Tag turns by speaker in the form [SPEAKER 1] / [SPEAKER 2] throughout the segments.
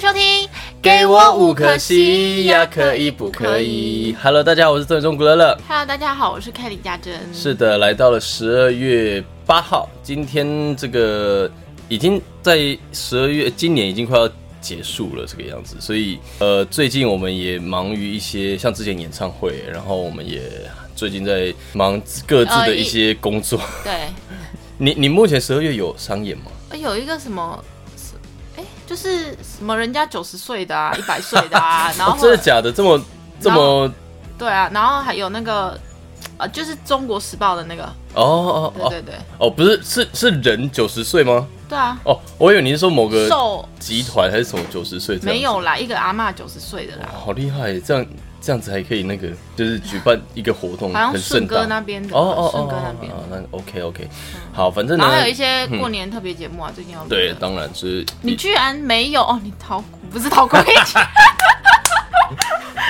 [SPEAKER 1] 收听，
[SPEAKER 2] 给我五颗星呀，可以不可以？Hello，大家好，我是孙中古乐乐。
[SPEAKER 1] ？Hello，大家好，我是凯里家珍。
[SPEAKER 2] 是的，来到了十二月八号，今天这个已经在十二月，今年已经快要结束了这个样子，所以呃，最近我们也忙于一些像之前演唱会，然后我们也最近在忙各自的一些工作。
[SPEAKER 1] 对，
[SPEAKER 2] 啊你你目前十二月有商演吗？
[SPEAKER 1] 呃有一个什么，是哎，就是什么人家九十岁的啊，一百岁的啊，然后
[SPEAKER 2] 哦真的假的？这么这
[SPEAKER 1] 然后
[SPEAKER 2] 么
[SPEAKER 1] 对啊，然后还有那个，呃，就是《中国时报》的那个，
[SPEAKER 2] 哦哦
[SPEAKER 1] 对
[SPEAKER 2] 哦
[SPEAKER 1] 对对，
[SPEAKER 2] 哦，不是是是人九十岁吗？
[SPEAKER 1] 对啊，
[SPEAKER 2] 哦，我以为你是说某个
[SPEAKER 1] 瘦
[SPEAKER 2] 集团还是什么九十岁这样子哦
[SPEAKER 1] 没有啦，一个阿嬷九十岁的啦，
[SPEAKER 2] 好厉害！这样这样子还可以那个，就是举办一个活动，
[SPEAKER 1] 好像
[SPEAKER 2] 很盛
[SPEAKER 1] 顺
[SPEAKER 2] 大
[SPEAKER 1] 哥那边的，
[SPEAKER 2] 哦哦哦，
[SPEAKER 1] 顺哥那边的
[SPEAKER 2] 哦。那 OK OK，好，反正呢
[SPEAKER 1] 然后还有一些过年特别节目啊，最近要录的
[SPEAKER 2] 嗯对，当然就是
[SPEAKER 1] 你居然没有哦，你逃不是逃过一劫，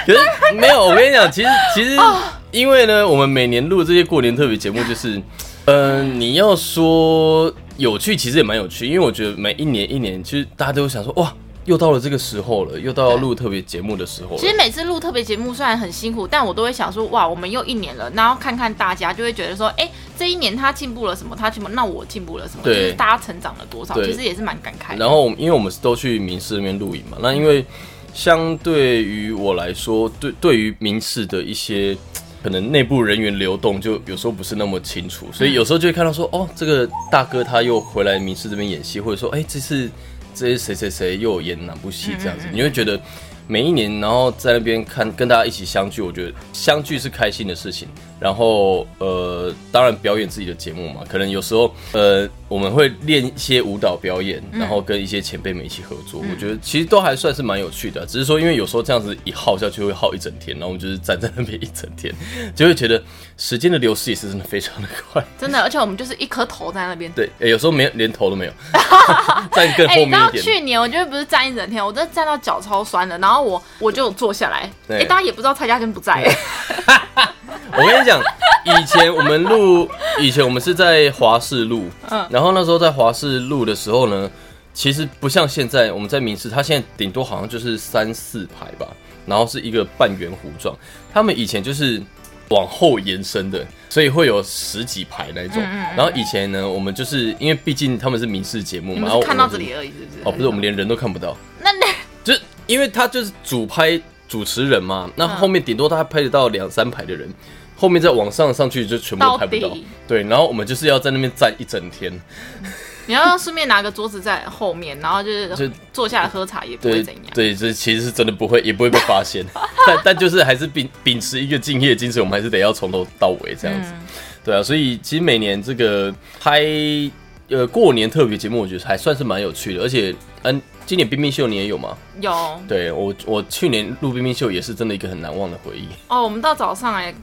[SPEAKER 2] 可是没有，我跟你讲，其实其实
[SPEAKER 1] 哦
[SPEAKER 2] 因为呢，我们每年录这些过年特别节目，就是，嗯、你要说有趣，其实也蛮有趣，因为我觉得每一年一年，其实大家都想说，哇，又到了这个时候了，又到要录特别节目的时候了
[SPEAKER 1] 其。实每次录特别节目虽然很辛苦，但我都会想说，哇，我们又一年了，然后看看大家，就会觉得说，哎、这一年他进步了什么，他进步，那我进步了什么，就
[SPEAKER 2] 对
[SPEAKER 1] 是大家成长了多少，
[SPEAKER 2] 对
[SPEAKER 1] 其实也是蛮感慨的。
[SPEAKER 2] 然后我们因为我们都去民事那边录影嘛，那因为相对于我来说，对对于民事的一些可能内部人员流动，就有时候不是那么清楚，所以有时候就会看到说，哦，这个大哥他又回来民事这边演戏，或者说，哎，这次这是谁谁谁又有演哪部戏这样子，你会觉得。每一年，然后在那边看跟大家一起相聚，我觉得相聚是开心的事情。然后呃，当然表演自己的节目嘛，可能有时候呃我们会练一些舞蹈表演，然后跟一些前辈们一起合作，我觉得其实都还算是蛮有趣的啊、只是说因为有时候这样子一耗下去会耗一整天，然后我们就是站在那边一整天，就会觉得时间的流逝也是真的非常的快。
[SPEAKER 1] 真的，而且我们就是一颗头在那边。
[SPEAKER 2] 对，诶有时候没连头都没有， 站更
[SPEAKER 1] 哎、
[SPEAKER 2] 后
[SPEAKER 1] 你知
[SPEAKER 2] 面
[SPEAKER 1] 道
[SPEAKER 2] 一点。
[SPEAKER 1] 去年我觉得不是站一整天，我真的站到脚超酸的，然后我我就坐下来。哎、
[SPEAKER 2] 对
[SPEAKER 1] 大家也不知道蔡家珍不在、哎
[SPEAKER 2] 我跟你讲，以前我们录，以前我们是在华视录，
[SPEAKER 1] 嗯
[SPEAKER 2] 然后那时候在华视录的时候呢，其实不像现在我们在民视，它现在顶多好像就是三四排吧，然后是一个半圆弧状，他们以前就是往后延伸的，所以会有十几排那
[SPEAKER 1] 嗯
[SPEAKER 2] 种。然后以前呢，我们就是因为毕竟他们是民视节目
[SPEAKER 1] 你们
[SPEAKER 2] 嘛，然后
[SPEAKER 1] 是
[SPEAKER 2] 我
[SPEAKER 1] 看
[SPEAKER 2] 们
[SPEAKER 1] 到
[SPEAKER 2] 就
[SPEAKER 1] 这里而已，是不是？
[SPEAKER 2] 哦，不是，我们连人都看不到。
[SPEAKER 1] 那那
[SPEAKER 2] 就是因为他就是主拍主持人嘛，
[SPEAKER 1] 嗯
[SPEAKER 2] 那后面顶多他拍得到两三排的人，后面再往上上去就全部都拍不
[SPEAKER 1] 到
[SPEAKER 2] 到
[SPEAKER 1] 底。
[SPEAKER 2] 对，然后我们就是要在那边站一整天，
[SPEAKER 1] 你要顺便拿个桌子在后面，然后就是
[SPEAKER 2] 就
[SPEAKER 1] 坐下来喝茶也不会
[SPEAKER 2] 对
[SPEAKER 1] 怎样。
[SPEAKER 2] 对，这其实是真的不会，也不会被发 现，但但就是还是秉秉持一个敬业精神，我们还是得要从头到尾这样子。
[SPEAKER 1] 嗯
[SPEAKER 2] 对啊，所以其实每年这个拍呃过年特别节目，我觉得还算是蛮有趣的，而且嗯、今年冰冰秀你也有吗？
[SPEAKER 1] 有
[SPEAKER 2] 对我，我去年录冰冰秀也是真的一个很难忘的回忆。
[SPEAKER 1] 哦，我们到早上哎、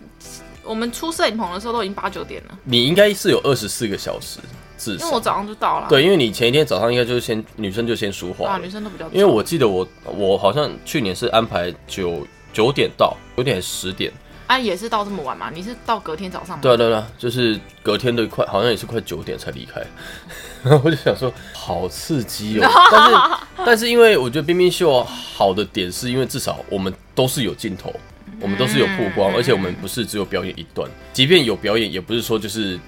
[SPEAKER 1] 我们出摄影棚的时候都已经八九点了，
[SPEAKER 2] 你应该是有二十四个小时至
[SPEAKER 1] 因为我
[SPEAKER 2] 少。
[SPEAKER 1] 早上就到了。
[SPEAKER 2] 啊对，因为你前一天早上应该就是先女生就先梳化
[SPEAKER 1] 啊，
[SPEAKER 2] 了
[SPEAKER 1] 女生都比较早。
[SPEAKER 2] 因为我记得我我好像去年是安排九九点到九点十点，
[SPEAKER 1] 啊也是到这么晚嘛，你是到隔天早上吗？
[SPEAKER 2] 对啊对啊对啊，就是隔天的快好像也是快九点才离开， 然后我就想说好刺激哦，但是但是因为我觉得冰冰秀好的点是因为至少我们都是有镜头，我们都是有曝光，而且我们不是只有表演一段，即便有表演，也不是说就是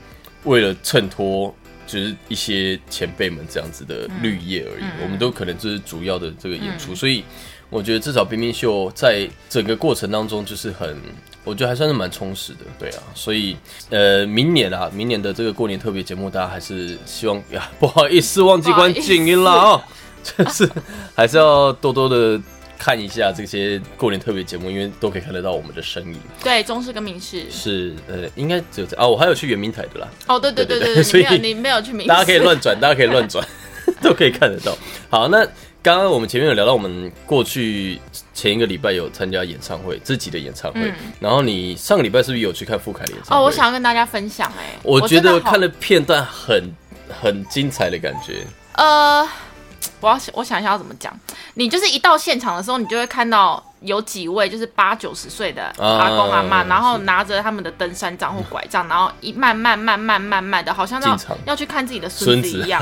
[SPEAKER 2] 为了衬托。就是一些前辈们这样子的绿叶而已，我们都可能就是主要的这个演出，所以我觉得至少冰冰秀在整个过程当中就是很，我觉得还算是蛮充实的，对啊，所以呃，明年啊，明年的这个过年特别节目，大家还是希望 呀，不好意思忘记关静音了啊、哦， 就是还是要多多的看一下这些过年特别节目，因为都可以看得到我们的身影。
[SPEAKER 1] 对，中式跟明式。
[SPEAKER 2] 是呃，应该只有这啊，我还有去圆明台的啦，
[SPEAKER 1] 哦，对对对
[SPEAKER 2] 对
[SPEAKER 1] 对对，你没
[SPEAKER 2] 对对所以
[SPEAKER 1] 有你没有去明式，
[SPEAKER 2] 大家可以乱转，大家可以乱转， 都可以看得到。好，那刚刚我们前面有聊到，我们过去前一个礼拜有参加演唱会，自己的演唱会，然后你上个礼拜是不是有去看傅凯的演
[SPEAKER 1] 嗯
[SPEAKER 2] 唱
[SPEAKER 1] 哦，
[SPEAKER 2] 会？
[SPEAKER 1] 我想要跟大家分享哎、
[SPEAKER 2] 我觉
[SPEAKER 1] 真的
[SPEAKER 2] 得
[SPEAKER 1] 好
[SPEAKER 2] 看了片段很很精彩的感觉，
[SPEAKER 1] 呃，我要我想一下要怎么讲。你就是一到现场的时候，你就会看到有几位就是八九十岁的阿公阿妈，
[SPEAKER 2] 啊
[SPEAKER 1] 然后拿着他们的登山杖或拐杖，然后一慢慢慢慢慢慢的，好像要
[SPEAKER 2] 进场
[SPEAKER 1] 要去看自己的孙
[SPEAKER 2] 孙
[SPEAKER 1] 子
[SPEAKER 2] 子
[SPEAKER 1] 一样。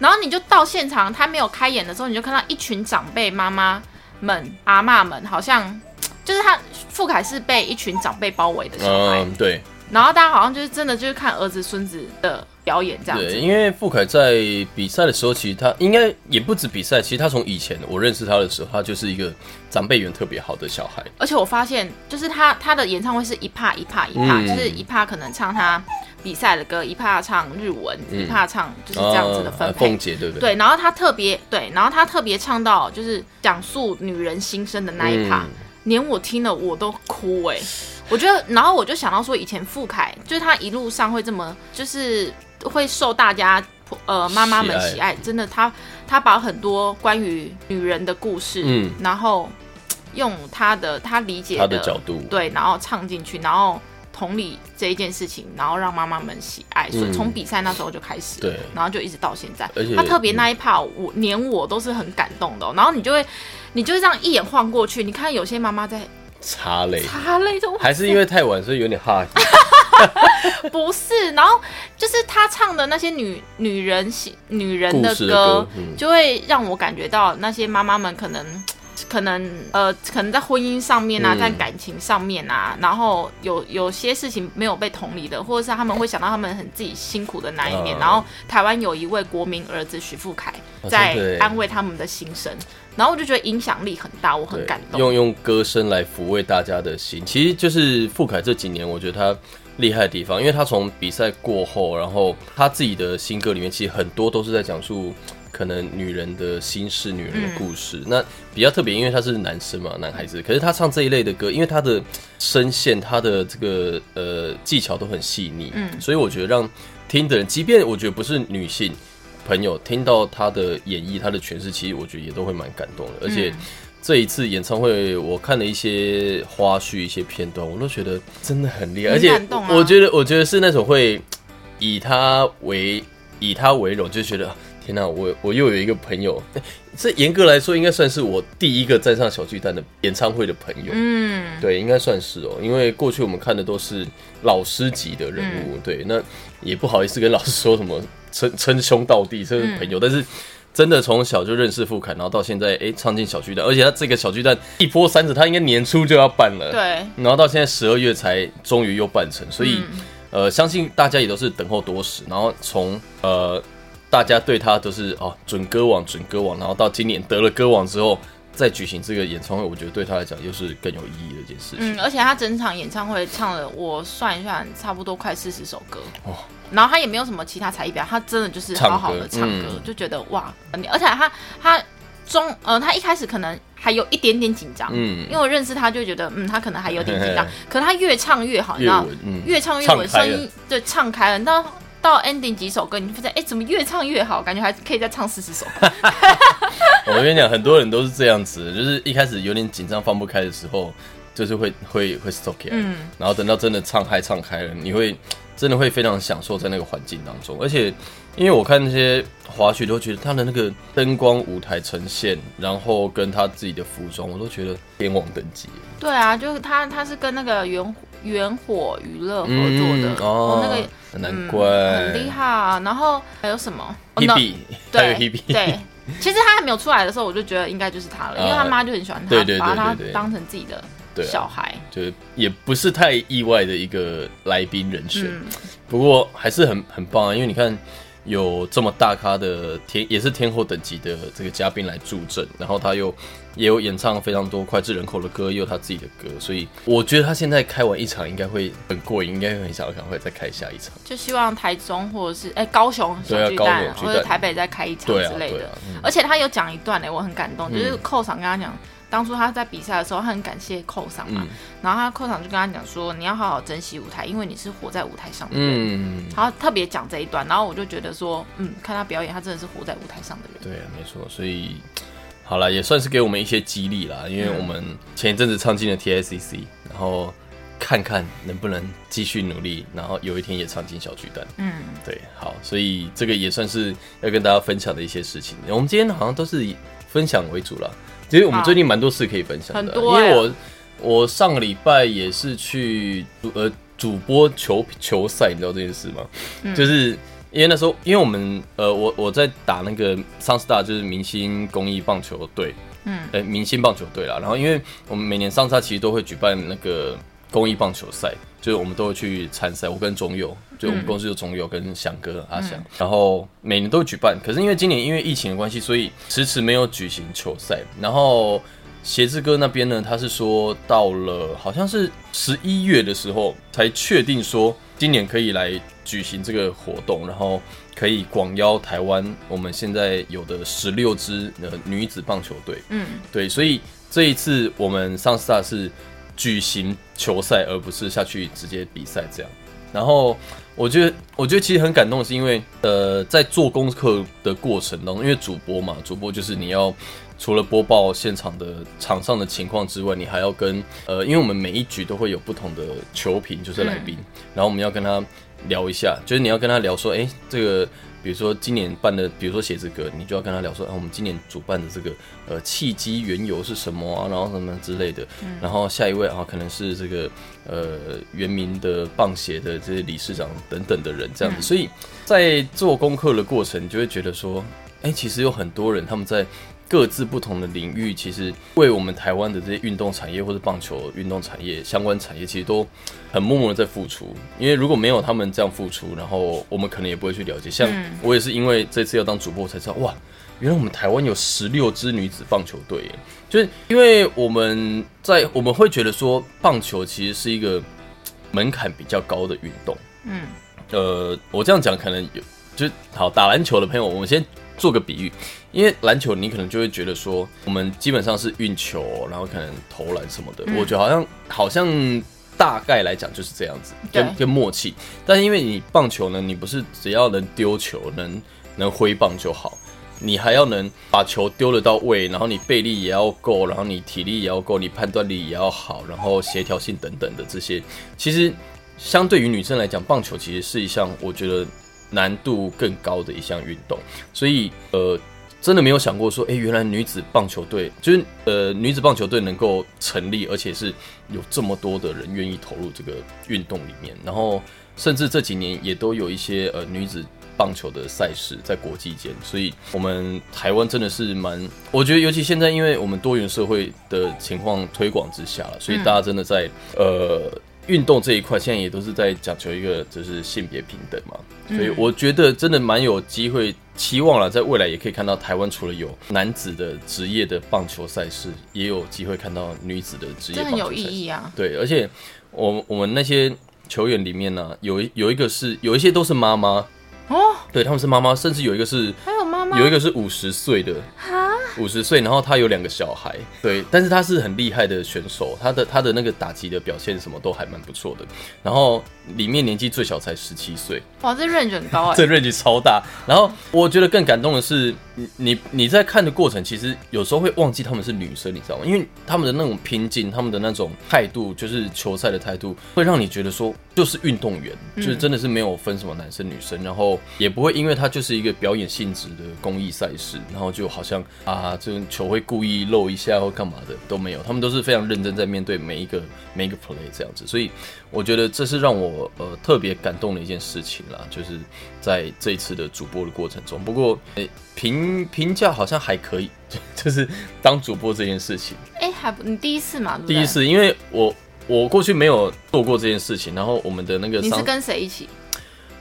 [SPEAKER 1] 然后你就到现场，他没有开演的时候，你就看到一群长辈妈妈们、阿嬷们，好像就是他傅凯是被一群长辈包围的小孩，
[SPEAKER 2] 嗯，对
[SPEAKER 1] 然后大家好像就是真的就是看儿子孙子的表演这样
[SPEAKER 2] 对，
[SPEAKER 1] 子。
[SPEAKER 2] 因为傅凯在比赛的时候，其实他应该也不止比赛，其实他从以前我认识他的时候，他就是一个长辈缘特别好的小孩。
[SPEAKER 1] 而且我发现，就是他他的演唱会是一帕一帕一帕，
[SPEAKER 2] 嗯
[SPEAKER 1] 就是一帕可能唱他比赛的歌，一帕唱日文，
[SPEAKER 2] 嗯
[SPEAKER 1] 一帕唱就是这样子的分
[SPEAKER 2] 啊
[SPEAKER 1] 配。
[SPEAKER 2] 凤姐对不对？
[SPEAKER 1] 对，然后他特别对，然后他特别唱到就是讲述女人心声的那一趴，
[SPEAKER 2] 嗯
[SPEAKER 1] 连我听了我都哭哎、我觉得，然后我就想到说，以前傅凯就是他一路上会这么，就是会受大家呃妈妈们
[SPEAKER 2] 喜爱
[SPEAKER 1] 喜爱，真的他他把很多关于女人的故事，
[SPEAKER 2] 嗯
[SPEAKER 1] 然后嘖用他的他理解
[SPEAKER 2] 他的角度，
[SPEAKER 1] 对，然后唱进去，然后同理这一件事情，然后让妈妈们喜爱，所以
[SPEAKER 2] 嗯
[SPEAKER 1] 从比赛那时候就开始，
[SPEAKER 2] 对
[SPEAKER 1] 然后就一直到现在
[SPEAKER 2] 而且。
[SPEAKER 1] 他特别那一趴，我连我都是很感动的哦、然后你就会，你就会这样一眼晃过去，你看有些妈妈在
[SPEAKER 2] 擦泪，
[SPEAKER 1] 擦泪，就
[SPEAKER 2] 还是因为太晚，所以有 点哈。
[SPEAKER 1] 不是，然后就是他唱的那些女女人喜女人的
[SPEAKER 2] 故
[SPEAKER 1] 歌，
[SPEAKER 2] 事的歌嗯
[SPEAKER 1] 就会让我感觉到那些妈妈们可能。可能呃，可能在婚姻上面啊，
[SPEAKER 2] 嗯
[SPEAKER 1] 在感情上面啊，然后有有些事情没有被同理的，或者是他们会想到他们很自己辛苦的那一面。
[SPEAKER 2] 嗯
[SPEAKER 1] 然后台湾有一位国民儿子许富凯
[SPEAKER 2] 哦
[SPEAKER 1] 在
[SPEAKER 2] 真的耶
[SPEAKER 1] 安慰他们的心声，然后我就觉得影响力很大，我很
[SPEAKER 2] 对
[SPEAKER 1] 感动。
[SPEAKER 2] 用用歌声来抚慰大家的心。其实就是傅凯这几年，我觉得他厉害的地方，因为他从比赛过后，然后他自己的新歌里面，其实很多都是在讲述可能女人的心事、女
[SPEAKER 1] 嗯
[SPEAKER 2] 人的故事。那比较特别，因为他是男生嘛，男孩子，可是他唱这一类的歌，因为他的声线、他的这个呃技巧都很细腻，嗯，所以我觉得让听的人，即便我觉得不是女性。朋友听到他的演绎、他的诠释，其实我觉得也都会蛮感动的，而且这一次演唱会，我看了一些花絮、一些片段，我都觉得真的很厉害，
[SPEAKER 1] 很
[SPEAKER 2] 而且
[SPEAKER 1] 感动啊
[SPEAKER 2] 我觉得，我觉得是那种会以他为以他为荣，就觉得啊天哪、我我又有一个朋友，这严格来说应该算是我第一个站上小巨蛋的演唱会的朋友，
[SPEAKER 1] 嗯，
[SPEAKER 2] 对，应该算是哦，因为过去我们看的都是老师级的人物，对，那也不好意思跟老师说什么称 称兄道弟，这是朋友，但是真的从小就认识傅凯，然后到现在，哎、唱进小巨蛋，而且他这个小巨蛋一波三折，他应该年初就要办了，，
[SPEAKER 1] 对，
[SPEAKER 2] 然后到现在十二月才终于又办成，所以、呃，相信大家也都是等候多时，然后从呃大家对他都是哦准歌王准歌王，然后到今年得了歌王之后。再举行这个演唱会，我觉得对他来讲又是更有意义的一件事情。
[SPEAKER 1] 嗯，而且他整场演唱会唱了，我算一算，差不多快四十首歌。
[SPEAKER 2] 哦
[SPEAKER 1] 然后他也没有什么其他才艺表演，他真的就是
[SPEAKER 2] 唱
[SPEAKER 1] 好好的
[SPEAKER 2] 歌
[SPEAKER 1] 唱歌，
[SPEAKER 2] 嗯
[SPEAKER 1] 就觉得哇！呃你而且他他中呃，他一开始可能还有一点点紧张，
[SPEAKER 2] 嗯
[SPEAKER 1] 因为我认识他就觉得嗯，他可能还有点 紧张，可他越唱越好，你知
[SPEAKER 2] 越
[SPEAKER 1] 道，
[SPEAKER 2] 文，嗯，
[SPEAKER 1] 越唱越
[SPEAKER 2] 唱
[SPEAKER 1] 稳，
[SPEAKER 2] 开
[SPEAKER 1] 声
[SPEAKER 2] 了
[SPEAKER 1] 音对唱开了，到到 ending 几首歌，你就发现哎，怎么越唱越好，感觉还可以再唱四十 首歌。
[SPEAKER 2] 我跟你讲，很多人都是这样子，就是一开始有点紧张放不开的时候，就是会会会 stop 起来，
[SPEAKER 1] 嗯
[SPEAKER 2] 然后等到真的唱嗨唱开了，你会真的会非常享受在那个环境当中，而且因为我看那些滑雪，都觉得他的那个灯光、舞台呈现，然后跟他自己的服装，我都觉得天王等级。
[SPEAKER 1] 对啊，就是他他是跟那个圆圆火娱乐合作的，
[SPEAKER 2] 哦
[SPEAKER 1] 哦，那个。
[SPEAKER 2] 难
[SPEAKER 1] 嗯
[SPEAKER 2] 怪，
[SPEAKER 1] 很厉害啊。然后还有什么哦
[SPEAKER 2] h
[SPEAKER 1] 那
[SPEAKER 2] e b e 还有 Hebe，
[SPEAKER 1] 对 对，其实他还没有出来的时候，我就觉得应该就是他了，因为他妈就很喜欢他，
[SPEAKER 2] 对对对
[SPEAKER 1] 把他
[SPEAKER 2] 对对
[SPEAKER 1] 当成自己的
[SPEAKER 2] 对啊
[SPEAKER 1] 小孩。
[SPEAKER 2] 就是也不是太意外的一个来宾人选。
[SPEAKER 1] 嗯，
[SPEAKER 2] 不过还是很很棒啊，因为你看有这么大咖的天，也是天后等级的这个嘉宾来助阵，然后他又也有演唱非常多脍炙人口的歌，也有他自己的歌，所以我觉得他现在开完一场应该会很过瘾，应该会很想要赶快再开下一场。
[SPEAKER 1] 就希望台中或者是哎高雄
[SPEAKER 2] 对啊
[SPEAKER 1] 小巨蛋
[SPEAKER 2] 高雄巨
[SPEAKER 1] 或
[SPEAKER 2] 蛋
[SPEAKER 1] 者台北再开一场
[SPEAKER 2] 对
[SPEAKER 1] 之
[SPEAKER 2] 啊，
[SPEAKER 1] 类
[SPEAKER 2] 对
[SPEAKER 1] 的
[SPEAKER 2] 啊。，嗯
[SPEAKER 1] 而且他有讲一段哎，我很感动，就是寇赏跟他讲。当初他在比赛的时候，他很感谢寇赏嘛，
[SPEAKER 2] 嗯
[SPEAKER 1] 然后他寇赏就跟他讲说，你要好好珍惜舞台，因为你是活在舞台上的人。
[SPEAKER 2] 嗯，
[SPEAKER 1] 然后特别讲这一段，然后我就觉得说，嗯，看他表演，他真的是活在舞台上的人。
[SPEAKER 2] 对啊，没错，所以。好了，也算是给我们一些激励啦，因为我们前一阵子唱进了 E TICC，然后看看能不能继续努力，然后有一天也唱进小巨蛋。
[SPEAKER 1] 嗯，
[SPEAKER 2] 对，好，所以这个也算是要跟大家分享的一些事情。我们今天好像都是以分享为主啦，其实我们
[SPEAKER 1] 好
[SPEAKER 2] 最近蛮多事可以分享的，啊
[SPEAKER 1] 很多
[SPEAKER 2] 因为
[SPEAKER 1] 欸
[SPEAKER 2] 我我上个礼拜也是去呃主播球球赛，你知道这件事吗？
[SPEAKER 1] 嗯
[SPEAKER 2] 就是因为那时候，因为我们呃我我在打那个上师大，就是明星公益棒球队，
[SPEAKER 1] 嗯，
[SPEAKER 2] 呃明星棒球队啦。然后因为我们每年上沙其实都会举办那个公益棒球赛，就是我们都会去参赛。我跟钟佑，就我们公司有钟佑跟翔哥阿翔，然后每年都会举办。可是因为今年因为疫情的关系，所以迟迟没有举行球赛。然后鞋子哥那边呢，他是说到了好像是十一月的时候才确定说今年可以来举行这个活动，然后可以广邀台湾我们现在有的十六支呃女子棒球队。
[SPEAKER 1] 嗯，
[SPEAKER 2] 对，所以这一次我们上师大是举行球赛，而不是下去直接比赛这样。然后我觉得，我觉得其实很感动，是因为呃，在做功课的过程当中，因为主播嘛，主播就是你要除了播报现场的场上的情况之外，你还要跟呃，因为我们每一局都会有不同的球评，就是来宾，然后我们要跟他聊一下，就是你要跟他聊说，哎、这个。比如说今年办的，比如说写这歌，你就要跟他聊说，啊，我们今年主办的这个呃契机缘由是什么啊，然后什么之类的。然后下一位啊，可能是这个呃原名的棒协的这些理事长等等的人这样子。所以在做功课的过程，你就会觉得说，哎、其实有很多人他们在各自不同的领域，其实为我们台湾的这些运动产业或者棒球运动产业相关产业，其实都很默默的在付出。因为如果没有他们这样付出，然后我们可能也不会去了解。像
[SPEAKER 1] 嗯
[SPEAKER 2] 我也是因为这次要当主播，我才知道哇，原来我们台湾有十六支女子棒球队耶，就是因为我们在我们会觉得说棒球其实是一个嘖门槛比较高的运动。
[SPEAKER 1] 嗯，
[SPEAKER 2] 呃，我这样讲可能有，就是好打篮球的朋友，我们先做个比喻，因为篮球你可能就会觉得说，我们基本上是运球，然后可能投篮什么的，我觉得好像好像大概来讲就是这样子，跟
[SPEAKER 1] 对
[SPEAKER 2] 跟默契。但是因为你棒球呢，你不是只要能丢球，能能挥棒就好。你还要能把球丢得到位，然后你背力也要够，然后你体力也要够，你判断力也要好，然后协调性等等的这些，其实相对于女生来讲，棒球其实是一项我觉得难度更高的一项运动，所以呃，真的没有想过说，诶，哎原来女子棒球队就是呃女子棒球队能够成立，而且是有这么多的人愿意投入这个运动里面，然后甚至这几年也都有一些呃女子。棒球的赛事在国际间，所以我们台湾真的是蛮，我觉得尤其现在，因为我们多元社会的情况推广之下了，所以大家真的在、呃运动这一块，现在也都是在讲求一个就是性别平等嘛，所
[SPEAKER 1] 嗯
[SPEAKER 2] 以我觉得真的蛮有机会，期望了在未来也可以看到台湾除了有男子的职业的棒球赛事，也有机会看到女子的职业
[SPEAKER 1] 这
[SPEAKER 2] 棒
[SPEAKER 1] 很有
[SPEAKER 2] 球赛
[SPEAKER 1] 意
[SPEAKER 2] 事。
[SPEAKER 1] 义啊。
[SPEAKER 2] 对，而且我我们那些球员里面呢、有一有一个是有一些都是妈妈，
[SPEAKER 1] 哦，
[SPEAKER 2] 对，他们是妈妈，甚至有一个是
[SPEAKER 1] 还有妈妈
[SPEAKER 2] 有一个是五十岁的，五十岁，然后他有两个小孩，对，但是他是很厉害的选手，他的他的那个打击的表现什么都还蛮不错的，然后里面年纪最小才十七岁，
[SPEAKER 1] 哇，这 range 很高哎、
[SPEAKER 2] 这 range 超大。然后我觉得更感动的是，你你你在看的过程，其实有时候会忘记他们是女生，你知道吗？因为他们的那种拼劲，他们的那种态度，就是球赛的态度，会让你觉得说，就是运动员，就是真的是没有分什么男生女生，然后也不会因为他就是一个表演性质的公益赛事，然后就好像啊，这种球会故意漏一下或干嘛的都没有，他们都是非常认真在面对每一个每一个 play 这样子，所以我觉得这是让我呃特别感动的一件事情啦，就是在这一次的主播的过程中。不过，呃评评价好像还可以， 就是当主播这件事情，
[SPEAKER 1] 哎、还不你第一次嘛？对不对
[SPEAKER 2] 第一，次，因为我我过去没有做过这件事情，然后我们的那个
[SPEAKER 1] 你是
[SPEAKER 2] 商，
[SPEAKER 1] 跟谁一起？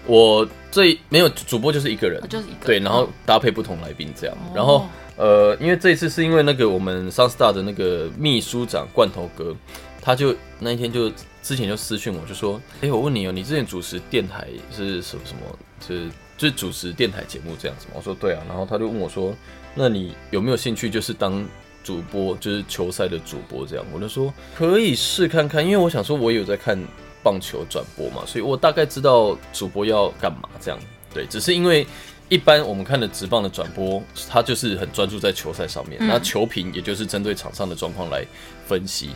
[SPEAKER 2] 我最没有主播就是一个人
[SPEAKER 1] 我，哦就是一个
[SPEAKER 2] 对，然后搭配不同来宾这样，然后呃，因为这一次是因为那个我们 Sunstar 的那个秘书长罐头哥，他就那一天就之前就私讯我，就说，哎、我问你哦，你之前主持电台是什么什么，就是就是主持电台节目这样子吗？我说对啊，然后他就问我说，那你有没有兴趣就是当主播，就是球赛的主播这样？我就说可以试看看，因为我想说我也有在看棒球转播嘛，所以我大概知道主播要干嘛这样。对，只是因为一般我们看的职棒的转播，它就是很专注在
[SPEAKER 1] 嗯
[SPEAKER 2] 球赛上面，那球评也就是针对场上的状况来分析。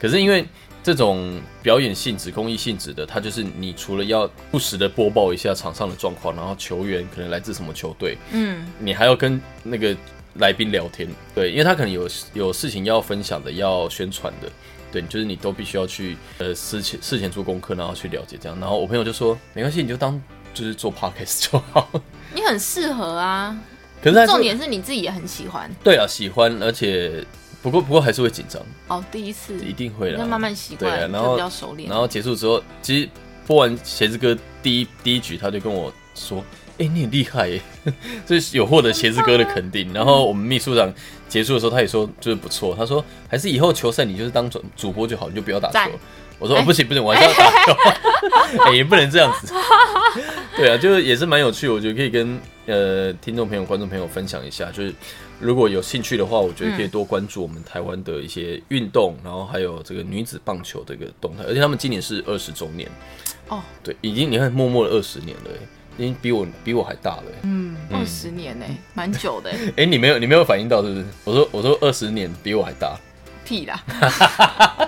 [SPEAKER 2] 可是因为这种表演性质、公益性质的，它就是你除了要不时的播报一下场上的状况，然后球员可能来自什么球队，
[SPEAKER 1] 嗯，
[SPEAKER 2] 你还要跟那个来宾聊天，对，因为他可能有有事情要分享的、要宣传的，对，就是你都必须要去呃事前事前做功课，然后去了解这样。然后我朋友就说没关系，你就当就是做 podcast 就好。
[SPEAKER 1] 你很适合啊。
[SPEAKER 2] 可是他
[SPEAKER 1] 重点是你自己也很喜欢
[SPEAKER 2] 对啊，喜欢，而且不过不过还是会紧张，
[SPEAKER 1] 哦，第一次
[SPEAKER 2] 一定会
[SPEAKER 1] 你
[SPEAKER 2] 的。
[SPEAKER 1] 要慢慢习
[SPEAKER 2] 对啊
[SPEAKER 1] 惯，
[SPEAKER 2] 然
[SPEAKER 1] 就
[SPEAKER 2] 后
[SPEAKER 1] 比较熟练
[SPEAKER 2] 然。后结束之后，其实播完茄子哥第一第一局，他就跟我说：“哎、你很厉害耶！”就是有获得茄子哥的肯定。然后我们秘书长结束的时候，他也说就是不错，他说还是以后球赛你就是当主主播就好，你就不要打
[SPEAKER 1] 赞
[SPEAKER 2] 球。我说、哦不行不行，我还是要打球， 哎、也不能这样子。对啊，就是也是蛮有趣，我觉得可以跟呃听众朋友、观众朋友分享一下，就是如果有兴趣的话，我觉得可以多关注我们台湾的一些运动，然后还有这个女子棒球的一个动态，而且他们今年是二十周年，
[SPEAKER 1] 哦，
[SPEAKER 2] 对，已经你看默默的二十年了、欸，已经比我比我还大了、欸。
[SPEAKER 1] 嗯，二十年呢、蛮久 的、
[SPEAKER 2] 哎、你没有你没有反应到是不是？我说我说二十年比我还大，
[SPEAKER 1] 屁啦，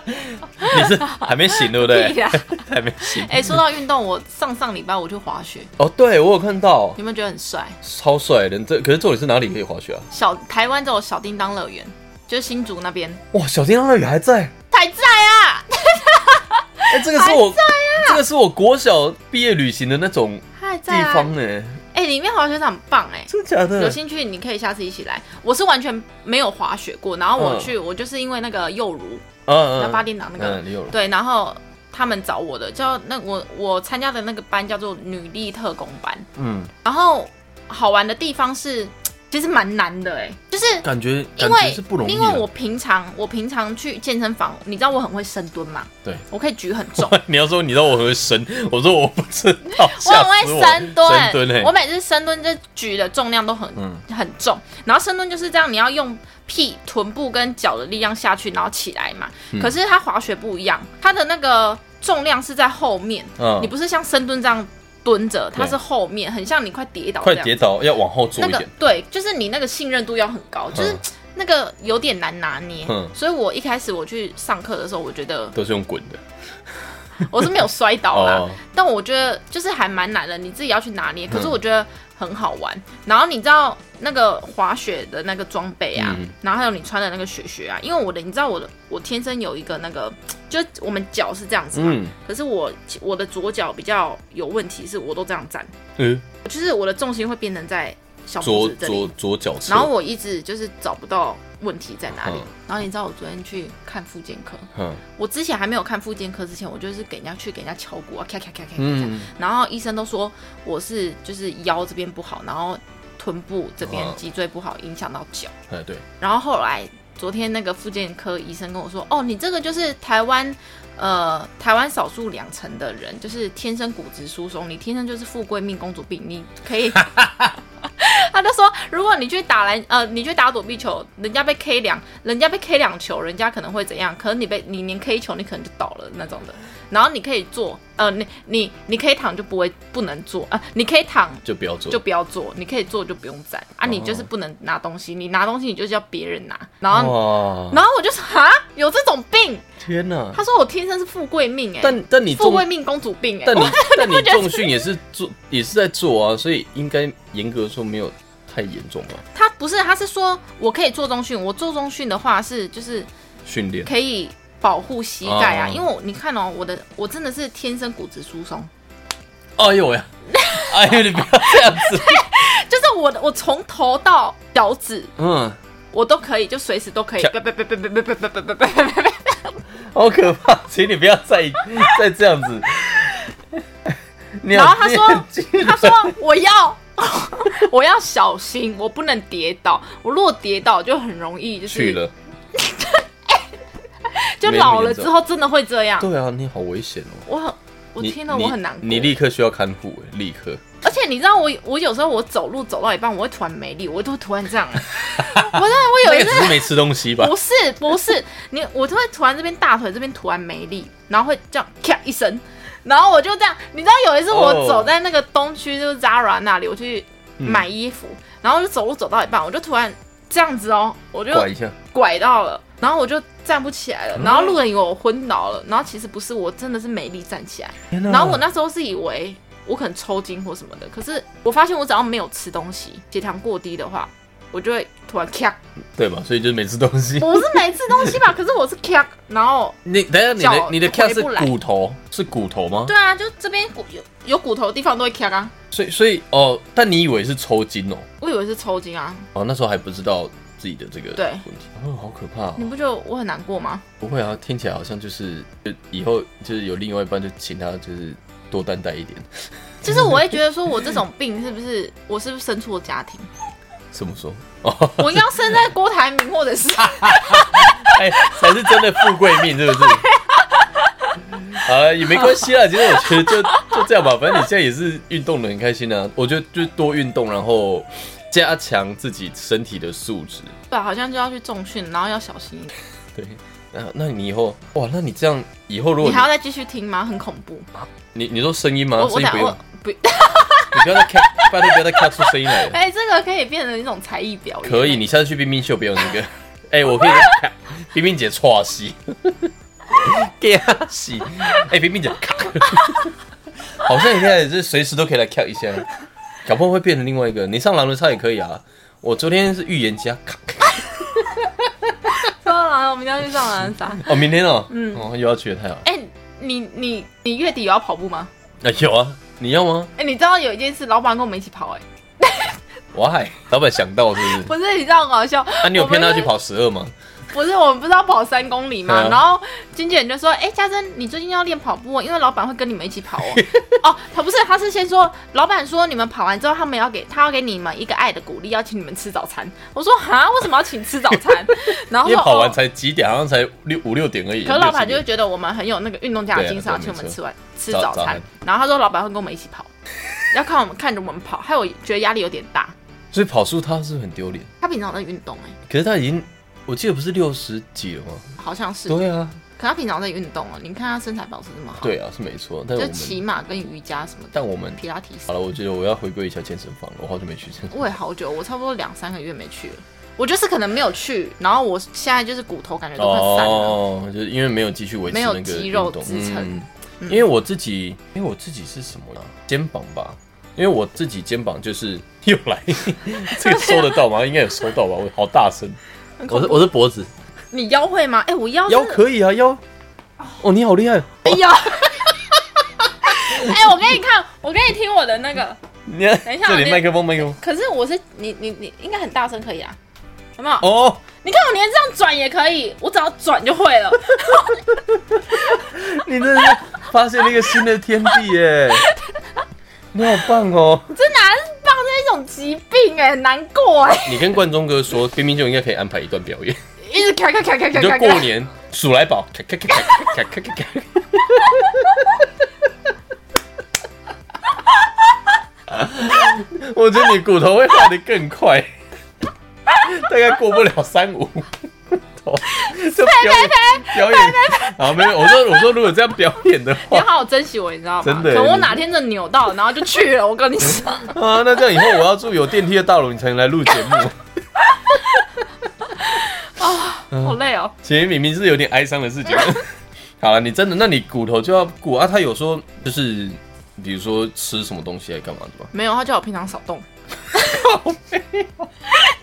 [SPEAKER 2] 你 是还没醒对不对
[SPEAKER 1] 屁啦！
[SPEAKER 2] 还没醒。
[SPEAKER 1] 哎、说到运动，我上上礼拜我去滑雪，
[SPEAKER 2] 哦，对我有看到
[SPEAKER 1] 你，有没有觉得很帅？
[SPEAKER 2] 超帅的。这可是重点是哪里可以滑雪啊？
[SPEAKER 1] 小台湾这种小叮当乐园，就是新竹那边，
[SPEAKER 2] 哇，小叮当乐园还在。
[SPEAKER 1] 太在啊！
[SPEAKER 2] 哎、这个是我、这个是我国小毕业旅行的那种
[SPEAKER 1] 它还
[SPEAKER 2] 地
[SPEAKER 1] 啊在啊！
[SPEAKER 2] 方呢、
[SPEAKER 1] 哎、里面滑雪场很棒哎、
[SPEAKER 2] 真的假的？
[SPEAKER 1] 有兴趣你可以下次一起来。我是完全没有滑雪过，然后我去，我就是因为那个幼如，
[SPEAKER 2] 嗯
[SPEAKER 1] 那
[SPEAKER 2] 嗯，
[SPEAKER 1] 八点档那个，
[SPEAKER 2] 嗯，你有了。
[SPEAKER 1] 对，然后他们找我的叫那我我参加的那个班叫做女力特工班，
[SPEAKER 2] 嗯，
[SPEAKER 1] 然后好玩的地方是其实蛮难的哎、就是
[SPEAKER 2] 感觉
[SPEAKER 1] 因
[SPEAKER 2] 感觉
[SPEAKER 1] 为
[SPEAKER 2] 是不容易啊。
[SPEAKER 1] 因为我平常我平常去健身房，你知道我很会深蹲嘛，
[SPEAKER 2] 对，
[SPEAKER 1] 我可以举很重。
[SPEAKER 2] 你要说你知道我很会深，我说我不知道，
[SPEAKER 1] 我
[SPEAKER 2] 吓
[SPEAKER 1] 很
[SPEAKER 2] 死
[SPEAKER 1] 会深蹲，
[SPEAKER 2] 深蹲欸
[SPEAKER 1] 我每次深蹲就举的重量都很、
[SPEAKER 2] 嗯
[SPEAKER 1] 很重，然后深蹲就是这样，你要用屁、臀部跟脚的力量下去，然后起来嘛。
[SPEAKER 2] 嗯
[SPEAKER 1] 可是它滑雪不一样，它的那个重量是在后面，
[SPEAKER 2] 嗯
[SPEAKER 1] 你不是像深蹲这样蹲着，它
[SPEAKER 2] 对
[SPEAKER 1] 是后面，很像你快跌倒这
[SPEAKER 2] 快
[SPEAKER 1] 样。
[SPEAKER 2] 跌倒，要往后坐
[SPEAKER 1] 那
[SPEAKER 2] 一
[SPEAKER 1] 个
[SPEAKER 2] 点。
[SPEAKER 1] 对，就是你那个信任度要很高，就是
[SPEAKER 2] 嗯
[SPEAKER 1] 那个有点难拿捏。
[SPEAKER 2] 嗯
[SPEAKER 1] 所以我一开始我去上课的时候，我觉得
[SPEAKER 2] 都是用滚的
[SPEAKER 1] 我是没有摔倒
[SPEAKER 2] 哦
[SPEAKER 1] 啦，，但我觉得就是还蛮难的，你自己要去拿捏。
[SPEAKER 2] 嗯
[SPEAKER 1] 可是我觉得很好玩。然后你知道那个滑雪的那个装备啊，
[SPEAKER 2] 嗯
[SPEAKER 1] 然后还有你穿的那个雪靴啊，因为我的你知道我的我天生有一个那个，就是我们脚是这样子嘛，
[SPEAKER 2] 嗯
[SPEAKER 1] 可是我我的左脚比较有问题，是我都这样站，
[SPEAKER 2] 嗯，
[SPEAKER 1] 就是我的重心会变成在小
[SPEAKER 2] 左
[SPEAKER 1] 拇指这里
[SPEAKER 2] 左，左脚侧，
[SPEAKER 1] 然后我一直就是找不到问题在哪里
[SPEAKER 2] 嗯。
[SPEAKER 1] 然后你知道我昨天去看复健科，
[SPEAKER 2] 嗯
[SPEAKER 1] 我之前还没有看复健科之前，我就是给人家去给人家敲骨啊，咔咔咔咔咔咔。
[SPEAKER 2] 嗯，
[SPEAKER 1] 然后医生都说我是就是腰这边不好，然后臀部这边
[SPEAKER 2] 嗯
[SPEAKER 1] 脊椎不好，影响到脚。
[SPEAKER 2] 哎对，
[SPEAKER 1] 然后后来昨天那个复健科医生跟我说，哦，你这个就是台湾呃台湾少数两成的人，就是天生骨质疏松，你天生就是富贵命、公主病，你可以。 他就说，如果你去打篮，呃，你去打躲避球，人家被 K 两，人家被 K 两球，人家可能会怎样？可能你被你连 K 一球，你可能就倒了那种的。然后你可以坐，呃，你你你可以躺就不会不能坐啊、你可以躺
[SPEAKER 2] 就不要做，
[SPEAKER 1] 就不要做，你可以做就不用站啊，你就是不能拿东西，你拿东西你就是要别人拿，然后。
[SPEAKER 2] 哇，
[SPEAKER 1] 然后我就说啊，有这种病？
[SPEAKER 2] 天哪！
[SPEAKER 1] 他说我天生是富贵命哎、
[SPEAKER 2] 但但你
[SPEAKER 1] 富
[SPEAKER 2] 重，
[SPEAKER 1] 贵命公主病哎、
[SPEAKER 2] 但你
[SPEAKER 1] 我
[SPEAKER 2] 但你重训也是做也是在做啊，所以应该严格说没有太严重吧，
[SPEAKER 1] 他不是，他是说我可以做中训，我做中训的话是就是
[SPEAKER 2] 训练。
[SPEAKER 1] 可以保护膝盖啊，
[SPEAKER 2] 哦
[SPEAKER 1] 因为我你看哦，我的我真的是天生骨质疏松，
[SPEAKER 2] 哎呦喂！哎呦，你不要这样子。
[SPEAKER 1] 就是我的我从头到脚趾
[SPEAKER 2] 嗯，
[SPEAKER 1] 我都可以，就随时都可以，
[SPEAKER 2] 跳
[SPEAKER 1] 别别别别别别别别别别别别别
[SPEAKER 2] 好可怕，请你不要再再这样子。你
[SPEAKER 1] 然后他说
[SPEAKER 2] 说
[SPEAKER 1] 他说我要 我要小心，我不能跌倒。我如果跌倒，就很容易就
[SPEAKER 2] 去
[SPEAKER 1] 是
[SPEAKER 2] 了，
[SPEAKER 1] 就
[SPEAKER 2] 没那么
[SPEAKER 1] 老了
[SPEAKER 2] 严重
[SPEAKER 1] 之后真的会这样。
[SPEAKER 2] 对啊，你好危险哦。
[SPEAKER 1] 我很我
[SPEAKER 2] 你
[SPEAKER 1] 听了
[SPEAKER 2] 你
[SPEAKER 1] 我很难过。
[SPEAKER 2] 你立刻需要看护，哎立刻。
[SPEAKER 1] 而且你知道我我有时候我走路走到一半，我会突然没力，我都会突然这样。 我真的我
[SPEAKER 2] 那
[SPEAKER 1] 有一
[SPEAKER 2] 个
[SPEAKER 1] 次
[SPEAKER 2] 只是没吃东西吧？
[SPEAKER 1] 不是不是，你我就会突然这边大腿这边突然没力，然后会这样咔一声，然后我就这样，你知道有一次我
[SPEAKER 2] 哦嗯
[SPEAKER 1] 走在那个东区就是 Zara 那里，我去买衣服，然后就走路走到一半，我就突然这样子哦，我就
[SPEAKER 2] 管一下，
[SPEAKER 1] 拐到了，然后我就站不起来
[SPEAKER 2] 嗯
[SPEAKER 1] 了，然后路人以为我昏倒了，然后其实不是，我真的是没力站起来。
[SPEAKER 2] 天哪
[SPEAKER 1] 然后我那时候是以为我可能抽筋或什么的，可是我发现我只要没有吃东西，血糖过低的话，我就会突然咔，
[SPEAKER 2] 对嘛，所以就是没吃东 西。
[SPEAKER 1] 我是没吃东西 吧，可是我是咔，然后
[SPEAKER 2] 你等一下，你的
[SPEAKER 1] 脚
[SPEAKER 2] 你的
[SPEAKER 1] 回
[SPEAKER 2] cat 是
[SPEAKER 1] 不来
[SPEAKER 2] 骨头是骨头吗？
[SPEAKER 1] 对啊，就这边骨有有骨头的地方都会咔啊，
[SPEAKER 2] 所以所以哦，但你以为是抽筋哦？
[SPEAKER 1] 我以为是抽筋啊，
[SPEAKER 2] 哦，那时候还不知道自己的这个
[SPEAKER 1] 对
[SPEAKER 2] 问题，哦，好可怕、哦
[SPEAKER 1] 你。不觉得我很难过吗？
[SPEAKER 2] 不会啊，听起来好像就是就以后就是有另外一半就请他就是多担待一点。
[SPEAKER 1] 就是我会觉得说我这种病是不是我是不是生错家庭？
[SPEAKER 2] 怎么说？哦
[SPEAKER 1] 我应该要生在郭台铭或者是
[SPEAKER 2] 哎，才是真的富贵命，是 不是？好了，也没关系啦。其实我觉得就就这样吧，反正你现在也是运动的很开心啊。我觉得就多运动，然后加强自己身体的素质。
[SPEAKER 1] 对啊，好像就要去重训，然后要小心一点。
[SPEAKER 2] 对，那那你以后哇，那你这样以后如果
[SPEAKER 1] 你还要再继续听吗？很恐怖。
[SPEAKER 2] 你你说声音吗
[SPEAKER 1] 我？我
[SPEAKER 2] 声音
[SPEAKER 1] 等
[SPEAKER 2] 不
[SPEAKER 1] 下
[SPEAKER 2] 用，
[SPEAKER 1] 我不，
[SPEAKER 2] 你不要再看，拜托不要再看出声音来了。
[SPEAKER 1] 哎、这个可以变成一种才艺表演。
[SPEAKER 2] 可以，你下次去冰冰秀表演 这个。哎、我可以，冰冰姐错戏，给她洗。哎、冰冰姐，咔好像你现在是随时都可以来 c 一下，搞不好会变成另外一个。你上狼人杀也可以啊。我昨天是预言家，咔
[SPEAKER 1] 说完了，我们要去上狼人杀。
[SPEAKER 2] 哦，明天哦，嗯，哦，又要去了，太好了。
[SPEAKER 1] 哎、你你你月底有要跑步吗？
[SPEAKER 2] 哎、有啊，你要吗
[SPEAKER 1] 哎、你知道有一件事，老板跟我们一起跑、哎，
[SPEAKER 2] ？Why？老板想到是不是？
[SPEAKER 1] 不是，你知道很搞笑。
[SPEAKER 2] 那、你有
[SPEAKER 1] 我们
[SPEAKER 2] 骗他去跑十二吗？
[SPEAKER 1] 不是，我们不是要跑三公里吗？
[SPEAKER 2] 对啊
[SPEAKER 1] 然后经纪人就说：“哎、家珍，你最近要练跑步哦，因为老板会跟你们一起跑哦。” 哦，他不是，他是先说，老板说你们跑完之后，他们要给他要给你们一个爱的鼓励，要请你们吃早餐。我说哈，为什么要请吃早餐？ 然后
[SPEAKER 2] 因为
[SPEAKER 1] 说
[SPEAKER 2] 跑完
[SPEAKER 1] 哦
[SPEAKER 2] 才几点？好像才六五六点而已。
[SPEAKER 1] 可是老板就
[SPEAKER 2] 六
[SPEAKER 1] 会
[SPEAKER 2] 七点
[SPEAKER 1] 觉得我们很有那个运动家的精神，
[SPEAKER 2] 对啊
[SPEAKER 1] 要请我们
[SPEAKER 2] 没错
[SPEAKER 1] 吃完吃
[SPEAKER 2] 早
[SPEAKER 1] 早
[SPEAKER 2] 早
[SPEAKER 1] 餐
[SPEAKER 2] 餐。
[SPEAKER 1] 然后他说老板会跟我们一起跑，要看我们看着我们跑，害我觉得压力有点大。
[SPEAKER 2] 所以跑输他是不是很丢脸。
[SPEAKER 1] 他平常在运动哎、
[SPEAKER 2] 可是他已经，我记得不是六十几了吗？
[SPEAKER 1] 好像是，
[SPEAKER 2] 对啊，
[SPEAKER 1] 可他平常在运动哦、你看他身材保持这么好，，
[SPEAKER 2] 对啊，是没错。但我
[SPEAKER 1] 就
[SPEAKER 2] 们，
[SPEAKER 1] 骑马跟瑜伽什么的，
[SPEAKER 2] 但我们
[SPEAKER 1] 皮拉提斯
[SPEAKER 2] 好。了，我觉得我要回归一下健身房了，我好久没去健身。
[SPEAKER 1] 我也好久，我差不多两三个月没去了。我就是可能没有去，然后我现在就是骨头感觉都快散了。
[SPEAKER 2] 哦，就是因为没有继续维持
[SPEAKER 1] 没有
[SPEAKER 2] 那个
[SPEAKER 1] 肌
[SPEAKER 2] 运
[SPEAKER 1] 肉
[SPEAKER 2] 动
[SPEAKER 1] 支撑
[SPEAKER 2] 嗯因为我自己，因为我自己是什么呢？啊肩膀吧，因为我自己肩膀就是又 来，这个收得到吗？应该有收到吧？我好大声，我的我的脖子
[SPEAKER 1] 你腰会吗？
[SPEAKER 2] 哦
[SPEAKER 1] 哎、我腰哦真
[SPEAKER 2] 腰
[SPEAKER 1] 的
[SPEAKER 2] 可以啊腰，哦你好厉害，
[SPEAKER 1] 哎 呀！哎、我给你看，我给你听我的那个，
[SPEAKER 2] 你看
[SPEAKER 1] 等一下
[SPEAKER 2] 这
[SPEAKER 1] 我
[SPEAKER 2] 里
[SPEAKER 1] 连
[SPEAKER 2] 麦克风麦克风，
[SPEAKER 1] 可是我是你你你应该很大声可以啊，有没有？
[SPEAKER 2] 哦
[SPEAKER 1] 你看我连这样转也可以，我只要转就会了。
[SPEAKER 2] 你真的是发现了一个新的天地 耶！你好棒哦！
[SPEAKER 1] 这哪啊是棒，这是一种疾病哎、难过哎、
[SPEAKER 2] 你跟冠中哥说，冰冰就应该可以安排一段表演，
[SPEAKER 1] 一直咔咔咔咔
[SPEAKER 2] 你
[SPEAKER 1] 咔
[SPEAKER 2] 就
[SPEAKER 1] 咔
[SPEAKER 2] 过
[SPEAKER 1] 咔。
[SPEAKER 2] 年数来宝，咔咔咔咔咔 咔咔咔。我觉得你骨头会化得更快，大概过不了三五。这表演表演啊，没有，我说我说，如果这样表演的
[SPEAKER 1] 你
[SPEAKER 2] 话
[SPEAKER 1] 要，好好珍惜我，你知道吗？
[SPEAKER 2] 真的
[SPEAKER 1] 可能我
[SPEAKER 2] 你
[SPEAKER 1] 哪天真的扭到，然后就去了。我 跟你说，
[SPEAKER 2] 啊，那这样以后我要住有电梯的大楼，你才能来录节目。
[SPEAKER 1] 好累哦。
[SPEAKER 2] 其实明明是有点哀伤的 事情。好了，你真的，那你骨头就要骨啊。他有说就是，比如说吃什么东西来干嘛的吗？
[SPEAKER 1] 没有，他叫我平常少动。哦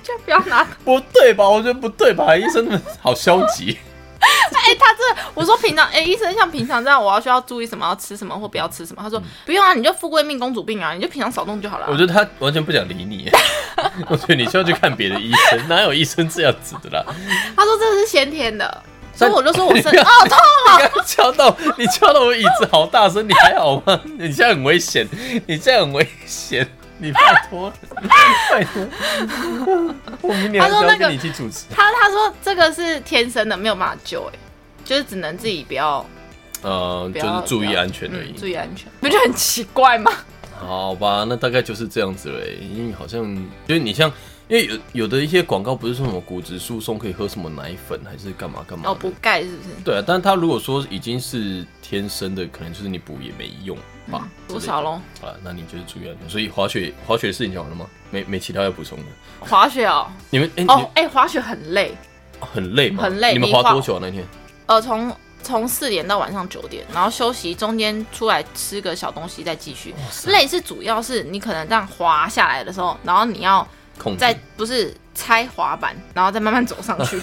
[SPEAKER 1] 就不要拿。
[SPEAKER 2] 不对吧？我觉得不对吧？医生们好消极。
[SPEAKER 1] 哎、他这我说平常，哎、医生像平常这样，我要需要注意什么，要吃什么或不要吃什么。他说、不用啊，你就富贵命、公主病啊，你就平常少动就好了啊、
[SPEAKER 2] 我觉得他完全不想理你。 我觉得你需要去看别的医生，哪有医生这样子的啦？
[SPEAKER 1] 他说这是先天的，所
[SPEAKER 2] 那
[SPEAKER 1] 以我就说我
[SPEAKER 2] 你
[SPEAKER 1] 生
[SPEAKER 2] 不要
[SPEAKER 1] 哦痛
[SPEAKER 2] 你刚刚敲到你敲到我椅子，好大声！你还好吗？你现在很危险，你现在很危险，你拜 托，拜托！我明年还
[SPEAKER 1] 他
[SPEAKER 2] 是
[SPEAKER 1] 说
[SPEAKER 2] 要
[SPEAKER 1] 那个
[SPEAKER 2] 跟你去主持。
[SPEAKER 1] 他他说这个是天生的，没有办法救、哎，就是只能自己不要，
[SPEAKER 2] 呃，
[SPEAKER 1] 不
[SPEAKER 2] 就
[SPEAKER 1] 要
[SPEAKER 2] 是注意
[SPEAKER 1] 不要
[SPEAKER 2] 安全而已
[SPEAKER 1] 嗯。注意安全，不就很奇怪吗？
[SPEAKER 2] 好吧，那大概就是这样子嘞。因为好像，因为你像，因为有有的一些广告不是说什么骨质疏松可以喝什么奶粉，还是干嘛干嘛的？
[SPEAKER 1] 哦，补钙是不是？
[SPEAKER 2] 对啊，但他如果说已经是天生的，可能就是你补也没用吧。
[SPEAKER 1] 多少
[SPEAKER 2] 了？
[SPEAKER 1] 咯？
[SPEAKER 2] 好啊了，那你就是注意安全。所以滑雪滑雪的事情讲完了吗？没没其他要补充的。
[SPEAKER 1] 滑雪哦，
[SPEAKER 2] 你们哎、
[SPEAKER 1] 哦，哎、滑雪很累，
[SPEAKER 2] 很累吗？
[SPEAKER 1] 很累
[SPEAKER 2] 你们
[SPEAKER 1] 你
[SPEAKER 2] 滑
[SPEAKER 1] 滑
[SPEAKER 2] 多久啊？那天
[SPEAKER 1] 呃，从从四点到晚上九点，然后休息，中间出来吃个小东西再继续。累是主要是你可能这样滑下来的时候，然后你要
[SPEAKER 2] 控制
[SPEAKER 1] 再不是拆滑板，然后再慢慢走上 去。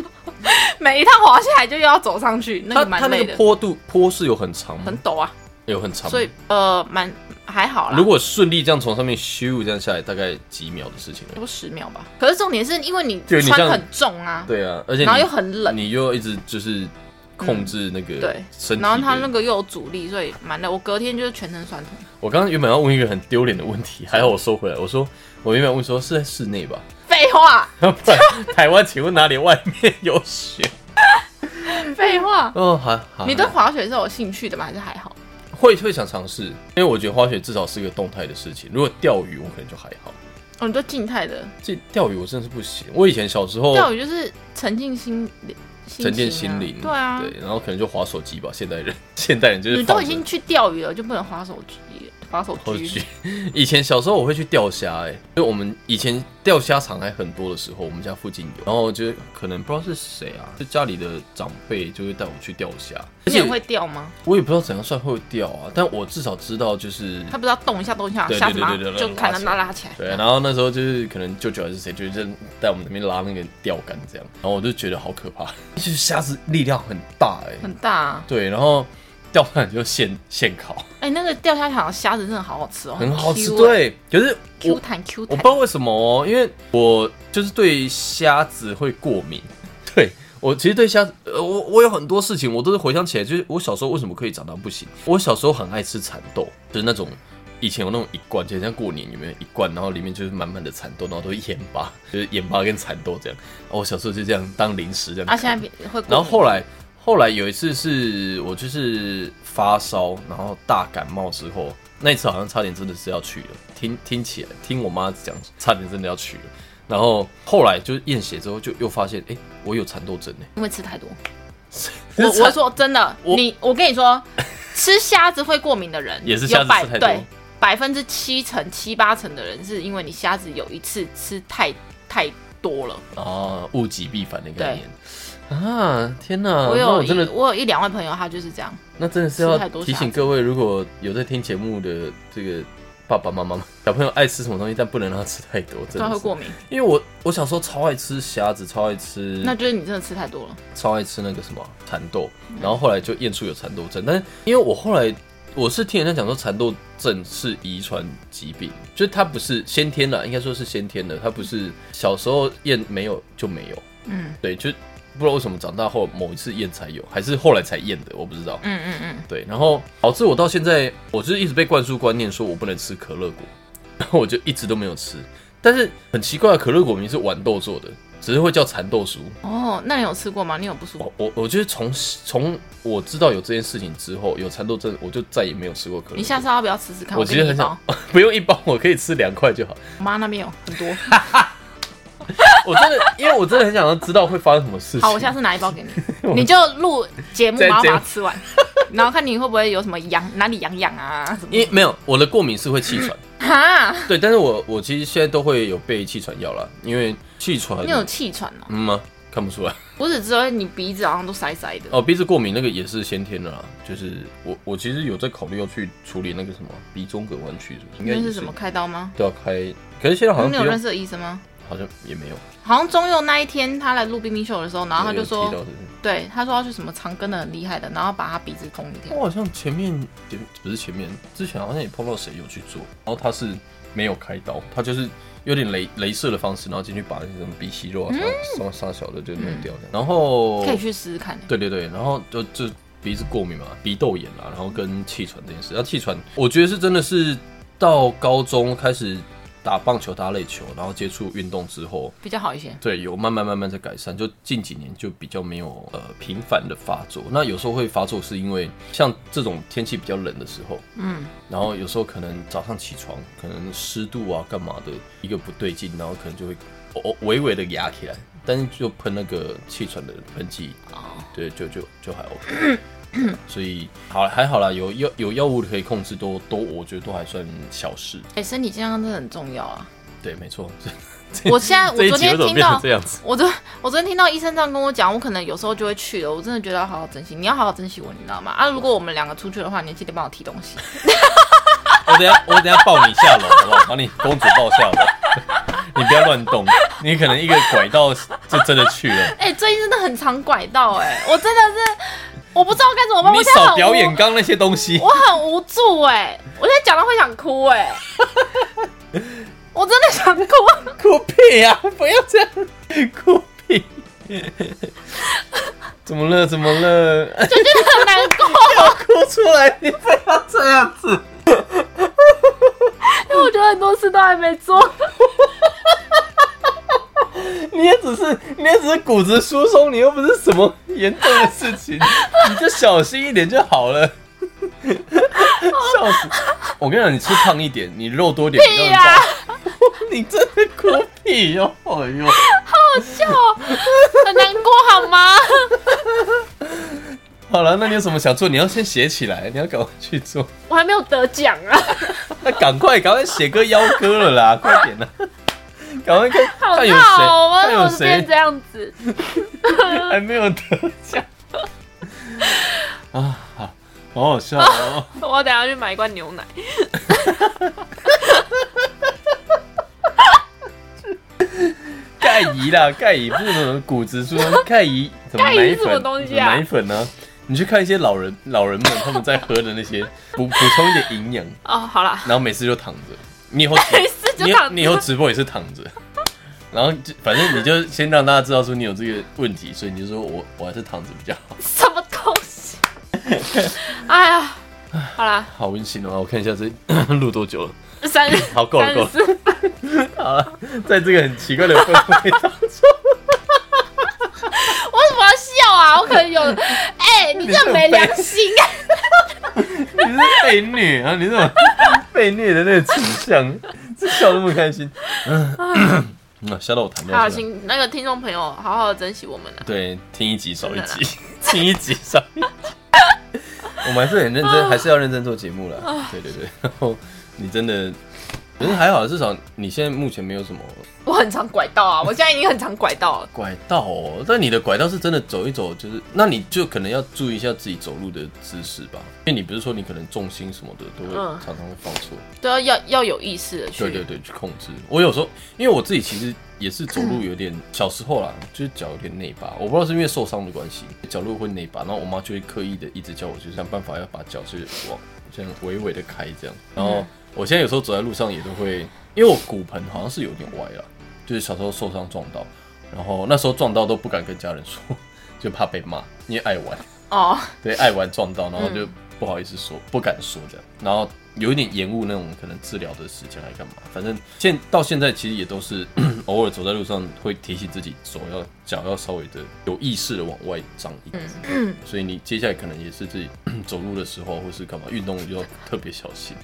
[SPEAKER 1] 每一趟滑下来就又要走上去，那
[SPEAKER 2] 它
[SPEAKER 1] 个
[SPEAKER 2] 它
[SPEAKER 1] 蛮
[SPEAKER 2] 那
[SPEAKER 1] 累
[SPEAKER 2] 个
[SPEAKER 1] 的，
[SPEAKER 2] 坡度坡是有很长吗？
[SPEAKER 1] 很陡啊。
[SPEAKER 2] 有很长吗，
[SPEAKER 1] 所以呃，蛮还好啦。
[SPEAKER 2] 如果顺利这样从上面咻这样下来，大概几秒的事情而已。
[SPEAKER 1] 多十秒吧。可是重点是因为你
[SPEAKER 2] 对你这
[SPEAKER 1] 穿
[SPEAKER 2] 样
[SPEAKER 1] 很重啊，
[SPEAKER 2] 对啊，而且
[SPEAKER 1] 然后
[SPEAKER 2] 你
[SPEAKER 1] 又很冷，嗯
[SPEAKER 2] 你又一直就是控制那个
[SPEAKER 1] 对
[SPEAKER 2] 身体的。
[SPEAKER 1] 然后它那个又有阻力，所以蛮累。我隔天就是全身酸痛。
[SPEAKER 2] 我刚刚原本要问一个很丢脸的问题，还好我收回来。我说我原本问说是在室内吧，
[SPEAKER 1] 废话，
[SPEAKER 2] 不 然台湾请问哪里外面有雪？
[SPEAKER 1] 废 话。
[SPEAKER 2] 哦，好，好
[SPEAKER 1] 你对滑雪是有兴趣的吗？还是还好？
[SPEAKER 2] 会会想尝试，因为我觉得滑雪至少是个动态的事情。如果钓鱼，我可能就还好。
[SPEAKER 1] 哦，你对静态的
[SPEAKER 2] 这钓鱼我真的是不行。我以前小时候
[SPEAKER 1] 钓鱼就是沉浸心心情啊
[SPEAKER 2] 哦沉淀心灵，
[SPEAKER 1] 对啊，
[SPEAKER 2] 对，然后可能就滑手机吧。现代人，现代人就是
[SPEAKER 1] 你都
[SPEAKER 2] 放
[SPEAKER 1] 已
[SPEAKER 2] 着
[SPEAKER 1] 经去钓鱼了，就不能划手机，划手
[SPEAKER 2] 或者
[SPEAKER 1] 机
[SPEAKER 2] 去。 以前小时候我会去钓虾，哎，就我们以前钓虾场还很多的时候，我们家附近有，然后就可能不知道是谁啊，就家里的长辈就会带我去钓虾，而
[SPEAKER 1] 你
[SPEAKER 2] 且
[SPEAKER 1] 也会钓吗？
[SPEAKER 2] 我也不知道怎样算会钓啊，但我至少知道就是
[SPEAKER 1] 他不知道动一下动一下，
[SPEAKER 2] 对对
[SPEAKER 1] 下次马
[SPEAKER 2] 对对
[SPEAKER 1] 上
[SPEAKER 2] 对
[SPEAKER 1] 就
[SPEAKER 2] 拉
[SPEAKER 1] 看他
[SPEAKER 2] 起来
[SPEAKER 1] 拉拉起来。
[SPEAKER 2] 对，然啊后那时候就是可能舅舅还是谁，就是在我们那边拉那个钓竿这样，然后我就觉得好可怕， 就是虾子力量很大哎、
[SPEAKER 1] 很大啊！
[SPEAKER 2] 对，然后钓上来就现现烤，
[SPEAKER 1] 哎，那个钓虾场的虾子真的好好吃哦，
[SPEAKER 2] 很好吃，
[SPEAKER 1] Q 欸
[SPEAKER 2] 对，可是我
[SPEAKER 1] ，Q 弹 Q
[SPEAKER 2] 我
[SPEAKER 1] 弹
[SPEAKER 2] 不知。道为什么哦，因为我就是对虾子会过敏。对我其实对虾子，呃，我我有很多事情，我都是回想起来，就是我小时候为什么可以长大不行？我小时候很爱吃蚕豆，就是那种以前有那种一罐，就很像过年有没有一罐，然后里面就是满满的蚕豆，然后都是盐巴，就是盐巴跟蚕豆这样。哦我小时候就这样当零食这样
[SPEAKER 1] 啊，
[SPEAKER 2] 啃。
[SPEAKER 1] 现在变会过敏。
[SPEAKER 2] 然后后来后来有一次是我就是发烧，然后大感冒之后，那一次好像差点真的是要去了，听听起来听我妈讲，差点真的要去了。然后后来就验血之后，就又发现，哎、我有蚕豆症哎、
[SPEAKER 1] 因为吃太多，
[SPEAKER 2] 欸，
[SPEAKER 1] 我我说真的，
[SPEAKER 2] 我
[SPEAKER 1] 你我跟你说，吃虾子会过敏的人
[SPEAKER 2] 也是虾
[SPEAKER 1] 有
[SPEAKER 2] 子
[SPEAKER 1] 百
[SPEAKER 2] 吃太多
[SPEAKER 1] 对百分之七成七八成的人是因为你虾子有一次吃太太多了。
[SPEAKER 2] 啊，物极必反的概念啊！天哪，
[SPEAKER 1] 我
[SPEAKER 2] 那
[SPEAKER 1] 有
[SPEAKER 2] 我
[SPEAKER 1] 一
[SPEAKER 2] 真的
[SPEAKER 1] 我有一两位朋友，他就是这样，
[SPEAKER 2] 那真的是
[SPEAKER 1] 吃
[SPEAKER 2] 要
[SPEAKER 1] 太多
[SPEAKER 2] 提
[SPEAKER 1] 虾
[SPEAKER 2] 醒
[SPEAKER 1] 子
[SPEAKER 2] 各位，如果有在听节目的这个爸爸妈妈们，小朋友爱吃什么东西，但不能让他吃太多，真
[SPEAKER 1] 他啊
[SPEAKER 2] 的
[SPEAKER 1] 会
[SPEAKER 2] 是。
[SPEAKER 1] 过敏，
[SPEAKER 2] 因为我我小时候超爱吃虾子，超爱吃
[SPEAKER 1] 那就是你真的吃太多了。
[SPEAKER 2] 超爱吃那个什么蚕豆，然后后来就验出有蚕豆症，但是因为我后来我是听人家讲说蚕豆症是遗传疾病，就是它不是先天的，应该说是先天的，它不是小时候验没有就没有，
[SPEAKER 1] 嗯
[SPEAKER 2] 对，就不知道为什么长大后某一次验才有，还是后来才验的，我不知道。
[SPEAKER 1] 嗯嗯嗯，
[SPEAKER 2] 对，然后导致我到现在，我就是一直被灌输观念，说我不能吃可乐果，然后我 就一直都没有吃。但是很奇怪，可乐果明明是豌豆做的，只是会叫蚕豆酥。
[SPEAKER 1] 哦，那你有吃过吗？你有不舒服？
[SPEAKER 2] 哦我我我就是从从我知道有这件事情之后，有蚕豆症，我就再也没有吃过可乐。
[SPEAKER 1] 你下次要不要吃吃看？
[SPEAKER 2] 我
[SPEAKER 1] 我
[SPEAKER 2] 其实
[SPEAKER 1] 给你
[SPEAKER 2] 很
[SPEAKER 1] 一包
[SPEAKER 2] 想， 不用一包，我可以吃两块就好。
[SPEAKER 1] 我妈那边有很 多。
[SPEAKER 2] 我真的，因为我真的很想要知道会发生什么事情。
[SPEAKER 1] 好，我下次拿一包 给你，你就录节目，
[SPEAKER 2] 在
[SPEAKER 1] 然后
[SPEAKER 2] 节
[SPEAKER 1] 把
[SPEAKER 2] 目
[SPEAKER 1] 它 吃完，然后看你会不会有什么痒，哪里痒痒啊什么
[SPEAKER 2] 因为没有我的过敏是会气喘，
[SPEAKER 1] 哈，
[SPEAKER 2] 对，但是我我其实现在都会有备气喘药啦，因为气喘
[SPEAKER 1] 你有气喘哦、
[SPEAKER 2] 嗯吗？看不出来。
[SPEAKER 1] 不是只有你鼻子好像都塞塞的。
[SPEAKER 2] 哦，鼻子过敏那个也是先天的啦，就是我我其实有在考虑要去处理那个什么鼻中隔弯曲，是不是？应该
[SPEAKER 1] 那
[SPEAKER 2] 也
[SPEAKER 1] 是什么开刀吗？
[SPEAKER 2] 都要开，可是现在好像
[SPEAKER 1] 你
[SPEAKER 2] 不
[SPEAKER 1] 有
[SPEAKER 2] 用
[SPEAKER 1] 认识的医生吗？
[SPEAKER 2] 好像也没有，
[SPEAKER 1] 好像中佑那一天他来录冰冰秀的时候，然后他
[SPEAKER 2] 有
[SPEAKER 1] 就
[SPEAKER 2] 有提
[SPEAKER 1] 说
[SPEAKER 2] 到，是不是
[SPEAKER 1] 对，他说要去什么长根的很厉害的，然后把他鼻子通一条。
[SPEAKER 2] 我好像前面前不是前面，之前好像也碰到谁有去做，然后他是没有开刀，他就是有点镭镭射的方式，然后进去把那些什么鼻息肉啊、啥啥啥小的就弄掉的，然后
[SPEAKER 1] 嗯可以去试试看、欸。
[SPEAKER 2] 对对对，然后就就鼻子过敏嘛，鼻窦炎啊啦，然后跟气喘这件事。那气喘，我觉得是真的是到高中开始打棒球、打垒球，然后接触运动之后，
[SPEAKER 1] 比较好一些。
[SPEAKER 2] 对，有慢慢慢慢在改善，就近几年就比较没有呃频繁的发作。那有时候会发作是因为像这种天气比较冷的时候，
[SPEAKER 1] 嗯，
[SPEAKER 2] 然后有时候可能早上起床，可能湿度啊干嘛的一个不对劲，然后可能就会哦微微的压起来，但是就喷那个气喘的喷剂，啊
[SPEAKER 1] 哦，
[SPEAKER 2] 对，就就就还 OK。对啊所以好还好啦，有药有药物可以控制都，都我觉得都还算小事。
[SPEAKER 1] 哎、身体健康真的很重要啊。
[SPEAKER 2] 对，没错，
[SPEAKER 1] 我现在我
[SPEAKER 2] 这一
[SPEAKER 1] 昨
[SPEAKER 2] 集
[SPEAKER 1] 天
[SPEAKER 2] 为什么
[SPEAKER 1] 听
[SPEAKER 2] 变成
[SPEAKER 1] 到
[SPEAKER 2] 这样子？
[SPEAKER 1] 我昨我昨天听到医生这样跟我讲，我可能有时候就会去了。我真的觉得要好好珍惜，你要好好珍惜我，你知道吗？
[SPEAKER 2] 哦
[SPEAKER 1] 啊，如果我们两个出去的话，你记得帮我提东西。
[SPEAKER 2] 我等一下我等一下抱你下楼，好不好？把你公主抱下楼，你不要乱动，你可能一个拐到就真的去了。
[SPEAKER 1] 哎、最近真的很常拐到、哎，我真的是我不知道该怎么办。
[SPEAKER 2] 你
[SPEAKER 1] 我现在
[SPEAKER 2] 少
[SPEAKER 1] 很
[SPEAKER 2] 表
[SPEAKER 1] 无
[SPEAKER 2] 演刚那些东西
[SPEAKER 1] 我，很无助哎、我现在讲到会想哭哎、 我真的想哭，
[SPEAKER 2] 哭屁呀、不要这样，哭屁。 怎么了？怎么了？啊
[SPEAKER 1] 就觉得很难过，
[SPEAKER 2] 哭出来！你不要这样子。
[SPEAKER 1] 因为我觉得很多事都还没做。
[SPEAKER 2] 你也只是，你也只是骨质疏松，你又不是什么严重的事情， 你就小心一点就好了。笑死！我跟你讲，你吃胖一点，你肉多点，
[SPEAKER 1] 屁哎呀
[SPEAKER 2] 你让人照顾 你真的哭屁哟、哎呦，
[SPEAKER 1] 很难过好吗？
[SPEAKER 2] 好了，那你有什么想做？你要先写起来，你要赶快去做。
[SPEAKER 1] 我还没有得奖啊！
[SPEAKER 2] 那赶快，赶快写歌邀歌了 啦，快点啦！赶快看，
[SPEAKER 1] 好
[SPEAKER 2] 看有
[SPEAKER 1] 闹哦，我
[SPEAKER 2] 谁，看有
[SPEAKER 1] 怎么变
[SPEAKER 2] 谁
[SPEAKER 1] 这样子？
[SPEAKER 2] 还没有得奖啊！好，好好笑哦。
[SPEAKER 1] 我等下去买一罐牛奶。
[SPEAKER 2] 钙仪啦，钙仪不能骨质疏松，钙仪怎么
[SPEAKER 1] 钙
[SPEAKER 2] 奶
[SPEAKER 1] 仪是
[SPEAKER 2] 粉？
[SPEAKER 1] 什么东西啊
[SPEAKER 2] 奶粉呢、你去看一些老人老人们他们在喝的那 些，补补充一点营养，
[SPEAKER 1] 哦，好啦，
[SPEAKER 2] 然后每次就躺着。你以后
[SPEAKER 1] 没事 就
[SPEAKER 2] 你
[SPEAKER 1] 躺着
[SPEAKER 2] 你以后直播也是躺着，然后就反正你就先让大家知道说你有这个问题，所以你就说我我还是躺着比较好，
[SPEAKER 1] 什么东西？哎呀，好啦，
[SPEAKER 2] 好温馨哦。我看一下这 录多久了。
[SPEAKER 1] 三
[SPEAKER 2] 好 够了
[SPEAKER 1] 三
[SPEAKER 2] 够
[SPEAKER 1] 十
[SPEAKER 2] 了
[SPEAKER 1] 四
[SPEAKER 2] 好了，在这个很奇怪的氛围当中，
[SPEAKER 1] 我为什么要笑啊？我可能有，哎、你
[SPEAKER 2] 你是
[SPEAKER 1] 这
[SPEAKER 2] 有
[SPEAKER 1] 没良
[SPEAKER 2] 被
[SPEAKER 1] 心啊！
[SPEAKER 2] 你是被虐啊？你怎么被虐的那个倾向？这笑那么开心，嗯，啊笑到我谈不
[SPEAKER 1] 好，
[SPEAKER 2] 下去了。
[SPEAKER 1] 请那个听众朋友好好珍惜我们啊！
[SPEAKER 2] 对，听一集少一
[SPEAKER 1] 真的
[SPEAKER 2] 集，听一集少一集。我们还是很认真，还是要认真做节目啦。对对对，然后你真的，可是还好，至少你现在目前没有什么
[SPEAKER 1] 我很常拐到 啊，我现在已经很常拐到了。
[SPEAKER 2] 拐道哦。但你的拐道是真的走一走，就是那你就可能要注意一下自己走路的姿势吧，因为你不是说你可能重心什么的都会
[SPEAKER 1] 嗯
[SPEAKER 2] 常常会放错。
[SPEAKER 1] 都啊要要要有意识的去。
[SPEAKER 2] 对对对，去控制。我有时候，因为我自己其实也是走路有点，小时候啦，就是脚有点内八，我不知道是因为受伤的关系，脚路会内八，然后我妈就会刻意的一直叫我，就是想办法要把脚是往这样微微的开这样。然后我现在有时候走在路上也都会，因为我骨盆好像是有点歪了，就是小时候受伤撞到，然后那时候撞到都不敢跟家人说， 就怕被骂，因为爱玩。
[SPEAKER 1] 哦，
[SPEAKER 2] 对，爱玩撞到，然后就不好意思说，不敢说这样，然后有一点延误那种可能治疗的时间来干嘛？反正现到现在其实也都是 偶尔走在路上会提醒自己手要脚要稍微的有意识的往外张一点，所以你接下来可能也是自己 走路的时候或是干嘛运动就要特别小心。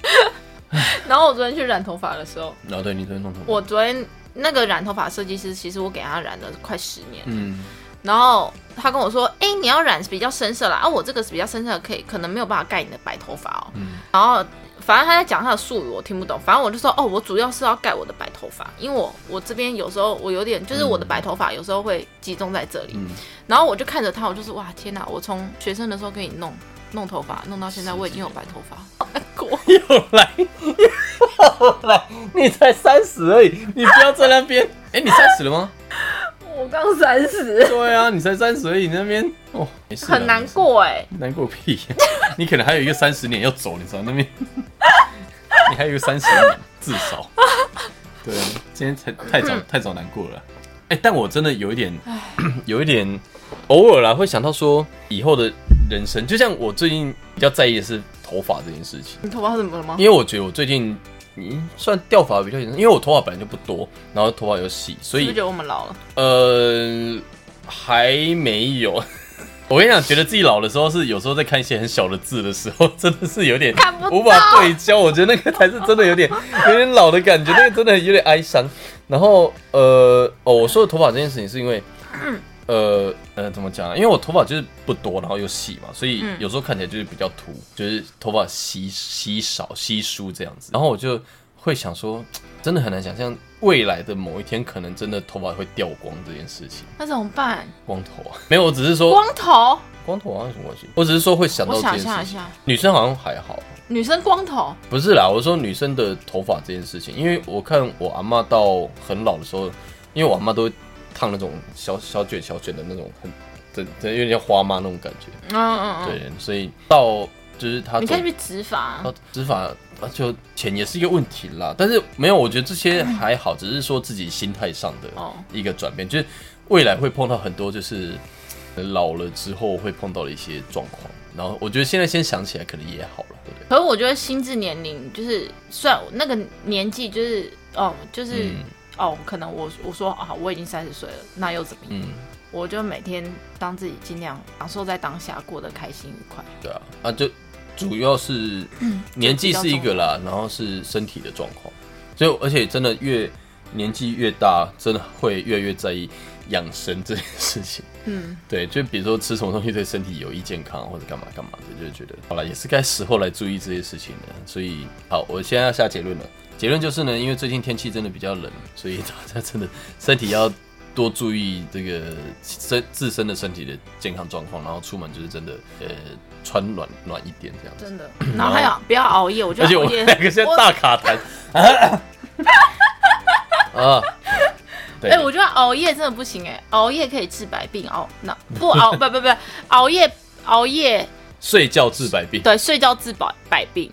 [SPEAKER 1] 然后我昨天去染头发的时候，
[SPEAKER 2] 然后对你昨天弄头发，
[SPEAKER 1] 我昨天那个染头发设计师，其实我给他染了快十年，
[SPEAKER 2] 嗯，
[SPEAKER 1] 然后他跟我说，哎、你要染比较深色啦，啊，我这个是比较深色的，可以可能没有办法盖你的白头发哦。
[SPEAKER 2] 嗯
[SPEAKER 1] 然后反正他在讲他的术语，我听不懂。反正我就说，哦，我主要是要盖我的白头发，因为我我这边有时候我有点，就是我的白头发有时候会集中在这里。
[SPEAKER 2] 嗯
[SPEAKER 1] 然后我就看着他，我就是哇，天哪！我从学生的时候给你弄弄头发，弄到现在我已经有白头发，好难过。
[SPEAKER 2] 又来又来，你才三十而已，你不要在那边，哎、你三十了吗？
[SPEAKER 1] 我刚三十，
[SPEAKER 2] 对啊，你才三十而已，你那边哦，没事啦
[SPEAKER 1] 很难，过哎、
[SPEAKER 2] 没事难过屁、 你可能还有一个三十年要走，你知道那边， 你还有一个三十年至少。对啊，今天太太早
[SPEAKER 1] 嗯
[SPEAKER 2] 太早难过了。哎、但我真的有一点， 有一点偶尔啦，会想到说以后的人生，就像我最近比较在意的是头发这件事情。
[SPEAKER 1] 你头发怎么了吗
[SPEAKER 2] 因？为我觉得我最近，嗯，算掉发比较严重，因为我头发本来就不多，然后头发又细，所
[SPEAKER 1] 是
[SPEAKER 2] 以
[SPEAKER 1] 不是觉得我们老了？
[SPEAKER 2] 呃，还没有。 我跟你讲，觉得自己老的时候，是有时候在看一些很小的字的时候，真的是有点
[SPEAKER 1] 看不到
[SPEAKER 2] 无法对焦。我觉得那个才是真的 有点有点老的感觉，那个真的有点哀伤。然后呃，哦，我说的头发这件事情是因为，呃呃，怎么讲啊？因为我头发就是不多，然后又细嘛，所以
[SPEAKER 1] 嗯
[SPEAKER 2] 有时候看起来就是比较秃，就是头发稀稀少稀疏这样子。然后我就会想说，真的很难想象未来的某一天可能真的头发会掉光这件事情，
[SPEAKER 1] 那怎么办？
[SPEAKER 2] 光头啊，没有，我只是说
[SPEAKER 1] 光头，
[SPEAKER 2] 光头好像有什么关系，我只是说会想到
[SPEAKER 1] 我
[SPEAKER 2] 这
[SPEAKER 1] 想一
[SPEAKER 2] 件
[SPEAKER 1] 下一
[SPEAKER 2] 事情。
[SPEAKER 1] 下，
[SPEAKER 2] 女生好像还好，
[SPEAKER 1] 女生光头，
[SPEAKER 2] 不是啦，我说女生的头发这件事情，因为我看我阿妈到很老的时候，因为我阿妈都会烫那种小小卷小卷的那种很，真真有点像花妈那种感觉，
[SPEAKER 1] 嗯嗯嗯，
[SPEAKER 2] 对，所以到就是她
[SPEAKER 1] 你
[SPEAKER 2] 走
[SPEAKER 1] 可以去植发，
[SPEAKER 2] 到执法啊就钱也是一个问题啦，但是没有，我觉得这些还好，只是说自己心态上的
[SPEAKER 1] 哦
[SPEAKER 2] 一个转变，就是未来会碰到很多就是呃老了之后会碰到的一些状况，然后我觉得现在先想起来可能也好了，对不对？
[SPEAKER 1] 可是我觉得心智年龄就是，虽然我那个年纪就是，哦，就是、
[SPEAKER 2] 嗯
[SPEAKER 1] 哦，可能我我说啊，我已经三十岁了，那又怎么样？
[SPEAKER 2] 嗯，
[SPEAKER 1] 我就每天当自己尽量享受在当下，过得开心愉快。
[SPEAKER 2] 对啊，啊就主要是年纪是一个啦，然后是身体的状况，所以而且真的越年纪越大，真的会越来越在意养生这件事情。
[SPEAKER 1] 嗯，
[SPEAKER 2] 对，就比如说吃什么东西对身体有益健康，或者干嘛干嘛的，就觉得好了，也是该时候来注意这些事情的。所以，好，我现在要下结论了。结论就是呢，因为最近天气真的比较冷，所以大家真的身体要多注意这个身自身的身体的健康状况，然后出门就是真的呃穿暖暖一点这样子。
[SPEAKER 1] 真 的。然后还有不要熬夜，我觉
[SPEAKER 2] 而且
[SPEAKER 1] 得
[SPEAKER 2] 我
[SPEAKER 1] 熬
[SPEAKER 2] 们
[SPEAKER 1] 夜，
[SPEAKER 2] 两个现在大卡痰啊，对，
[SPEAKER 1] 哎、我觉得熬夜真的不行哎、熬夜可以治百病，熬那不 熬不不不熬夜熬夜
[SPEAKER 2] 睡觉治百病。
[SPEAKER 1] 对睡觉治百百 病，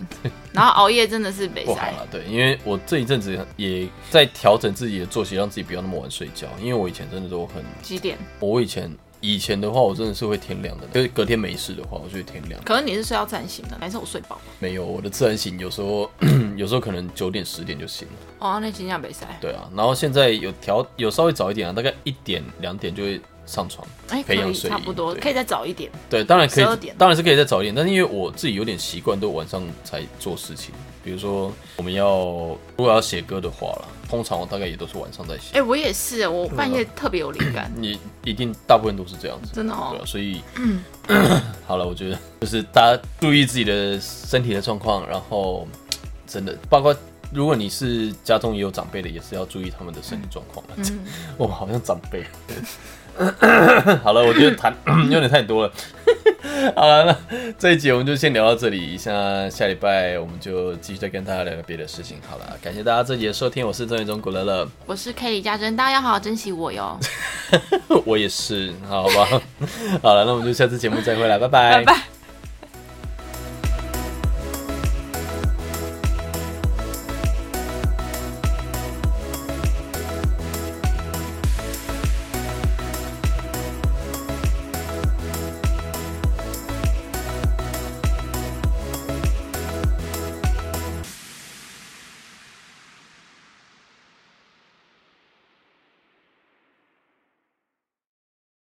[SPEAKER 1] 然后熬夜真的是北
[SPEAKER 2] 不好
[SPEAKER 1] 塞。
[SPEAKER 2] 了，对，因为我这一阵子也在调整自己的作息，让自己不要那么晚睡觉。因为我以前真的都很，
[SPEAKER 1] 几点？
[SPEAKER 2] 我以前以前的话，我真的是会天亮的，就是隔天没事的话，我就会天亮。
[SPEAKER 1] 可能你是睡到暂醒的，还是我睡饱？
[SPEAKER 2] 没有我的自然醒，有时候 有时候可能九点十点就醒了，
[SPEAKER 1] 哦，那今天北塞。
[SPEAKER 2] 对啊。然后现在有调有稍微早一点啊，大概一点两点就会上床，
[SPEAKER 1] 哎、可
[SPEAKER 2] 培养
[SPEAKER 1] 以
[SPEAKER 2] 睡意
[SPEAKER 1] 差不多，
[SPEAKER 2] 对
[SPEAKER 1] 可以再早一点。
[SPEAKER 2] 对，当然可以
[SPEAKER 1] 12点，
[SPEAKER 2] 当然是可以再早一点，但是因为我自己有点习惯，都晚上才做事情。比如说，我们要如果要写歌的话啦，通常我大概也都是晚上在写，
[SPEAKER 1] 哎、。我也是，我半夜特别有灵感
[SPEAKER 2] 你一定大部分都是这样子，
[SPEAKER 1] 真的哦
[SPEAKER 2] 对啊，所以， 好了，我觉得就是大家注意自己的身体的状况，然后真的包括如果你是家中也有长辈的，也是要注意他们的身体状况。 我们好像长辈。 好了，我觉得谈 有点太多了。 好了，那这一集我们就先聊到这里，下下礼拜我们就继续再跟大家聊聊别的事情。好了，感谢大家这集的收听，我是郑宇中古乐 乐。
[SPEAKER 1] 我是 K 李嘉珍，大家要好好珍惜我哟，
[SPEAKER 2] 我也是，好吧。好了，那我们就下次节目再会了，拜拜，
[SPEAKER 1] 拜拜。